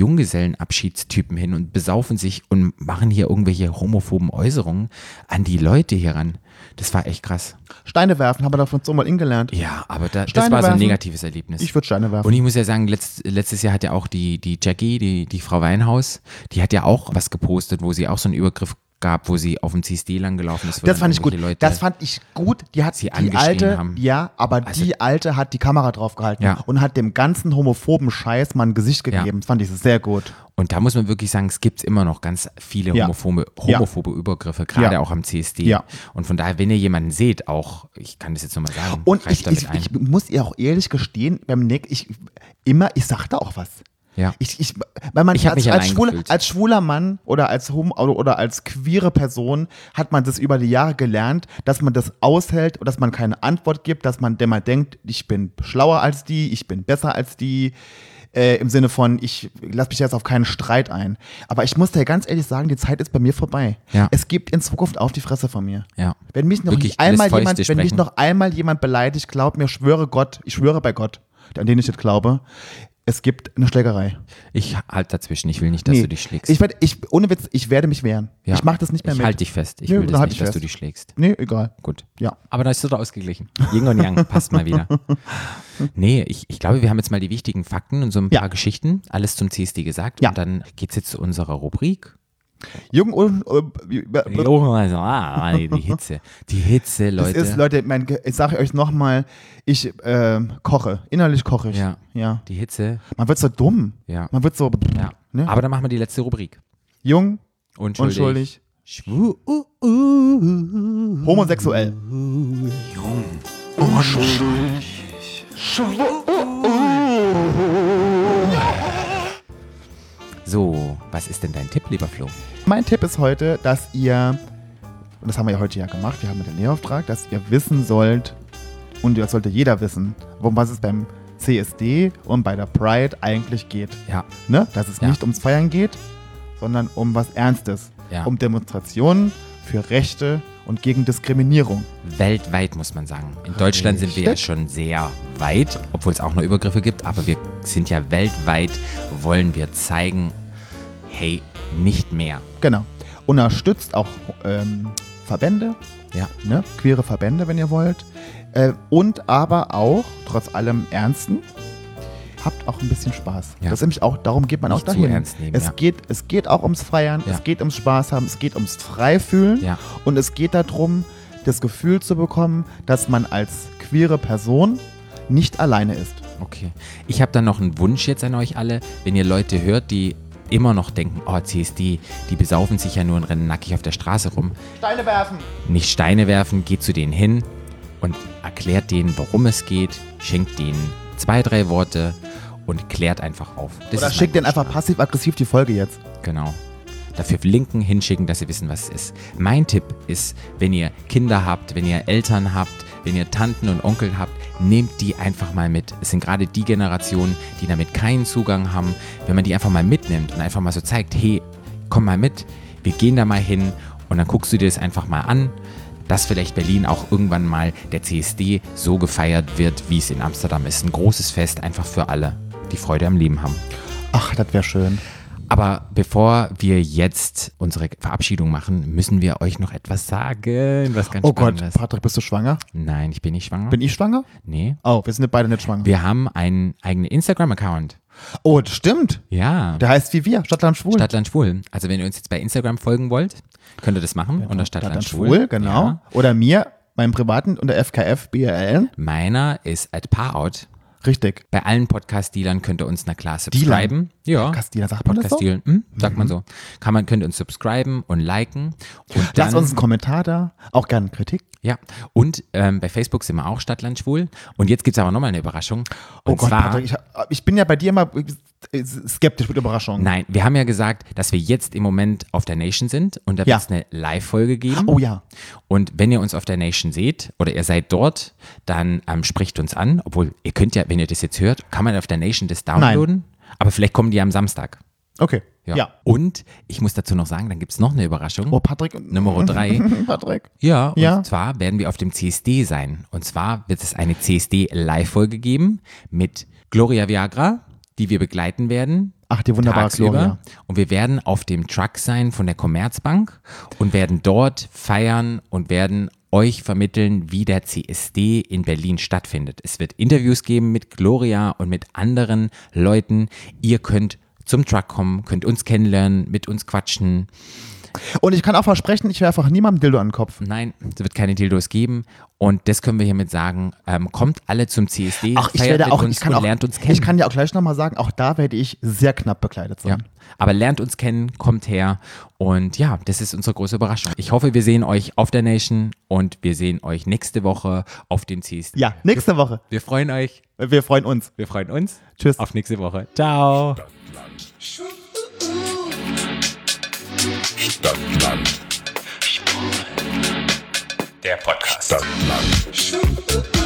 Speaker 2: Junggesellenabschiedstypen hin und besaufen sich und machen hier irgendwelche homophoben Äußerungen an die Leute hier ran. Das war echt krass.
Speaker 1: Steine werfen, haben wir davon so mal gelernt.
Speaker 2: Ja, aber da, das
Speaker 1: Steine
Speaker 2: war so ein
Speaker 1: werfen.
Speaker 2: negatives Erlebnis.
Speaker 1: Ich würde Steine werfen.
Speaker 2: Und ich muss ja sagen, letzt, letztes Jahr hat ja auch die, die Jackie, die, die Frau Weinhaus, die hat ja auch was gepostet, wo sie auch so einen Übergriff gab, wo sie auf dem CSD lang gelaufen ist. wo
Speaker 1: Das
Speaker 2: dann
Speaker 1: fand ich gut.
Speaker 2: irgendwelche Leute,
Speaker 1: das fand ich gut. Die hat
Speaker 2: Sie
Speaker 1: die
Speaker 2: angeschrien
Speaker 1: alte,
Speaker 2: haben.
Speaker 1: ja, aber
Speaker 2: Also-
Speaker 1: die alte hat die Kamera draufgehalten
Speaker 2: Ja.
Speaker 1: und hat dem ganzen homophoben Scheiß mal ein Gesicht gegeben. Das fand ich sehr gut.
Speaker 2: und da muss man wirklich sagen, es gibt immer noch ganz viele
Speaker 1: Ja.
Speaker 2: homophobe,
Speaker 1: Ja.
Speaker 2: homophobe Übergriffe, gerade
Speaker 1: Ja.
Speaker 2: auch am CSD.
Speaker 1: Ja.
Speaker 2: Und von daher, wenn ihr jemanden seht, auch, ich kann das jetzt nochmal sagen,
Speaker 1: Und
Speaker 2: greift
Speaker 1: ich, ich, ich muss ihr auch ehrlich gestehen, beim Nick, ich immer, ich sagte auch was.
Speaker 2: Ja.
Speaker 1: Ich, ich, weil man
Speaker 2: Ich hab
Speaker 1: als,
Speaker 2: mich
Speaker 1: als,
Speaker 2: allein
Speaker 1: schwuler,
Speaker 2: gefühlt.
Speaker 1: als schwuler Mann oder als Homo oder, oder als queere Person hat man das über die Jahre gelernt, dass man das aushält und dass man keine Antwort gibt, dass man immer denkt, ich bin schlauer als die, ich bin besser als die. Äh, Im Sinne von, ich lasse mich jetzt auf keinen Streit ein. Aber ich muss dir ganz ehrlich sagen, die Zeit ist bei mir vorbei.
Speaker 2: Ja.
Speaker 1: Es gibt in Zukunft auf die Fresse von mir.
Speaker 2: Ja.
Speaker 1: Wenn mich noch
Speaker 2: Wirklich
Speaker 1: nicht einmal
Speaker 2: alles
Speaker 1: jemand,
Speaker 2: Fäuste
Speaker 1: wenn mich
Speaker 2: sprechen.
Speaker 1: noch einmal jemand beleidigt, glaub mir, schwöre Gott, ich schwöre bei Gott, an den ich jetzt glaube, es gibt eine Schlägerei.
Speaker 2: ich halt dazwischen, ich will nicht, dass
Speaker 1: Nee.
Speaker 2: du dich schlägst.
Speaker 1: Ich werd, ich, ohne Witz, ich werde mich wehren.
Speaker 2: Ja.
Speaker 1: Ich mache das nicht mehr
Speaker 2: ich
Speaker 1: mit.
Speaker 2: halte dich fest, ich
Speaker 1: Nö,
Speaker 2: will
Speaker 1: da
Speaker 2: das
Speaker 1: halt
Speaker 2: nicht,
Speaker 1: ich
Speaker 2: dass
Speaker 1: fest.
Speaker 2: du dich schlägst.
Speaker 1: Nee, egal.
Speaker 2: Gut.
Speaker 1: Ja.
Speaker 2: Aber da ist es doch ausgeglichen. Yin und Yang, passt
Speaker 1: [LAUGHS]
Speaker 2: mal wieder. Nee, ich, ich glaube, wir haben jetzt mal die wichtigen Fakten und so ein
Speaker 1: Ja.
Speaker 2: paar Geschichten, alles zum CSD gesagt.
Speaker 1: Ja.
Speaker 2: Und dann geht's jetzt zu unserer Rubrik.
Speaker 1: Jürgen oh, Ulm, äh,
Speaker 2: Ah, die Hitze. Die Hitze,
Speaker 1: das
Speaker 2: Leute.
Speaker 1: ist, Leute, mein, Ge- ich sage euch nochmal, ich äh, koche, innerlich koche ich.
Speaker 2: Ja.
Speaker 1: ja.
Speaker 2: die Hitze.
Speaker 1: Man wird so dumm.
Speaker 2: Ja.
Speaker 1: Man wird so
Speaker 2: Ja.
Speaker 1: ne?
Speaker 2: Aber dann machen wir die letzte Rubrik.
Speaker 1: jung,
Speaker 2: Unschuldig.
Speaker 1: unschuldig,
Speaker 2: Schwu uh, uh,
Speaker 1: homosexuell.
Speaker 2: So, was ist denn dein Tipp, lieber Flo?
Speaker 1: Mein Tipp ist heute, dass ihr, und das haben wir ja heute ja gemacht, wir haben mit den Lehrauftrag, dass ihr wissen sollt, und das sollte jeder wissen, worum was es beim CSD und bei der Pride eigentlich geht.
Speaker 2: Ja,
Speaker 1: Ne? Dass es
Speaker 2: Ja.
Speaker 1: nicht ums Feiern geht, sondern um was Ernstes.
Speaker 2: Ja.
Speaker 1: Um Demonstrationen für Rechte und gegen Diskriminierung.
Speaker 2: weltweit muss man sagen. In Deutschland sind wir ja
Speaker 1: Richtig.
Speaker 2: schon sehr weit, obwohl es auch noch Übergriffe gibt, aber wir sind ja weltweit, wollen wir zeigen, hey, nicht mehr.
Speaker 1: Genau. Unterstützt auch ähm, Verbände,
Speaker 2: Ja.
Speaker 1: ne? queere Verbände, wenn ihr wollt. Äh, und aber auch, trotz allem Ernsten, habt auch ein bisschen Spaß.
Speaker 2: Ja.
Speaker 1: Das ist nämlich auch, darum geht man
Speaker 2: Nicht
Speaker 1: auch
Speaker 2: zu
Speaker 1: dahin.
Speaker 2: ernst nehmen,
Speaker 1: es,
Speaker 2: ja.
Speaker 1: geht, es geht auch ums Feiern,
Speaker 2: Ja.
Speaker 1: es geht ums Spaß haben, es geht ums Freifühlen
Speaker 2: Ja.
Speaker 1: und es geht darum, das Gefühl zu bekommen, dass man als queere Person nicht alleine ist.
Speaker 2: Okay. Ich habe dann noch einen Wunsch jetzt an euch alle, wenn ihr Leute hört, die immer noch denken, oh CSD, die besaufen sich ja nur und rennen nackig auf der Straße rum.
Speaker 1: Steine werfen!
Speaker 2: Nicht Steine werfen, geht zu denen hin und erklärt denen, worum es geht, schenkt denen zwei, drei Worte und klärt einfach auf. Das
Speaker 1: Oder
Speaker 2: ist mein
Speaker 1: schickt denen
Speaker 2: Wunsch.
Speaker 1: einfach passiv-aggressiv die Folge jetzt.
Speaker 2: Genau. Dafür linken, hinschicken, dass sie wissen, was es ist. Mein Tipp ist, wenn ihr Kinder habt, wenn ihr Eltern habt, wenn ihr Tanten und Onkel habt, nehmt die einfach mal mit. Es sind gerade die Generationen, die damit keinen Zugang haben. Wenn man die einfach mal mitnimmt und einfach mal so zeigt, hey, komm mal mit, wir gehen da mal hin und dann guckst du dir das einfach mal an, dass vielleicht Berlin auch irgendwann mal der CSD so gefeiert wird, wie es in Amsterdam ist. Ein großes Fest einfach für alle, die Freude am Leben haben.
Speaker 1: Ach, das wäre schön.
Speaker 2: Aber bevor wir jetzt unsere Verabschiedung machen, müssen wir euch noch etwas sagen, was ganz
Speaker 1: Oh Gott,
Speaker 2: Spannendes.
Speaker 1: Patrick, bist du schwanger?
Speaker 2: Nein, ich bin nicht schwanger.
Speaker 1: Bin ich schwanger?
Speaker 2: nee.
Speaker 1: Oh, wir sind beide nicht schwanger.
Speaker 2: Wir haben einen eigenen Instagram-Account.
Speaker 1: Oh, das stimmt.
Speaker 2: Ja.
Speaker 1: Der heißt wie wir, Stadtland Schwul.
Speaker 2: Stadtland Schwul. Also wenn ihr uns jetzt bei Instagram folgen wollt, könnt ihr das machen unter Stadtland,
Speaker 1: Stadtland Schwul, genau.
Speaker 2: Ja.
Speaker 1: Oder mir, meinem privaten, unter FKF BRL.
Speaker 2: Meiner ist at Parout.
Speaker 1: Richtig.
Speaker 2: Bei allen Podcast-Dealern könnt ihr uns, na klar,
Speaker 1: Dealern? Mhm.
Speaker 2: subscriben. Ja.
Speaker 1: Podcast-Dealer, sagt man das so?
Speaker 2: Podcast-Deal, hm, sagt man so. Kann man, könnt ihr uns subscriben und liken. Und
Speaker 1: Lasst
Speaker 2: dann,
Speaker 1: uns einen Kommentar da, auch gerne Kritik.
Speaker 2: Ja, und ähm, bei Facebook sind wir auch Stadtland schwul. Und jetzt gibt's aber nochmal eine Überraschung. Und
Speaker 1: oh Gott,
Speaker 2: zwar,
Speaker 1: Patrick, ich, hab- ich bin ja bei dir immer äh, skeptisch mit Überraschungen.
Speaker 2: nein, wir haben ja gesagt, dass wir jetzt im Moment auf der Nation sind und da
Speaker 1: Ja.
Speaker 2: wird's eine Live-Folge geben.
Speaker 1: Oh ja.
Speaker 2: Und wenn ihr uns auf der Nation seht oder ihr seid dort, dann ähm, spricht uns an. Obwohl, ihr könnt ja, wenn ihr das jetzt hört, kann man auf der Nation das downloaden. Aber vielleicht kommen die am Samstag.
Speaker 1: Okay. Ja.
Speaker 2: Und ich muss dazu noch sagen, dann gibt's noch eine Überraschung.
Speaker 1: Oh, Patrick.
Speaker 2: Nummer drei.
Speaker 1: [LAUGHS] Patrick.
Speaker 2: Ja, und
Speaker 1: Ja.
Speaker 2: zwar werden wir auf dem CSD sein. Und zwar wird es eine CSD-Live-Folge geben mit Gloria Viagra, die wir begleiten werden.
Speaker 1: Ach, die wunderbare
Speaker 2: tagsüber.
Speaker 1: Gloria.
Speaker 2: Und wir werden auf dem Truck sein von der Commerzbank und werden dort feiern und werden euch vermitteln, wie der CSD in Berlin stattfindet. Es wird Interviews geben mit Gloria und mit anderen Leuten. Ihr könnt zum Truck kommen, könnt uns kennenlernen, mit uns quatschen,
Speaker 1: Und ich kann auch versprechen, ich werfe auch niemandem Dildo an den Kopf.
Speaker 2: Nein, es wird keine Dildos geben. Und das können wir hiermit sagen. Ähm, kommt alle zum CSD,
Speaker 1: Ach, ich
Speaker 2: feiert
Speaker 1: werde
Speaker 2: mit
Speaker 1: auch,
Speaker 2: uns
Speaker 1: ich kann
Speaker 2: und
Speaker 1: auch,
Speaker 2: lernt uns kennen.
Speaker 1: ich kann ja auch gleich nochmal sagen, auch da werde ich sehr knapp bekleidet
Speaker 2: ja.
Speaker 1: sein.
Speaker 2: Aber lernt uns kennen, kommt her. Und ja, das ist unsere große Überraschung. Ich hoffe, wir sehen euch auf der Nation und wir sehen euch nächste Woche auf dem CSD.
Speaker 1: Ja, nächste Woche.
Speaker 2: Wir freuen euch.
Speaker 1: Wir freuen uns.
Speaker 2: Wir freuen uns.
Speaker 1: Tschüss.
Speaker 2: Auf nächste Woche. Ciao.
Speaker 3: Stadtland. Der Podcast. Stadtland.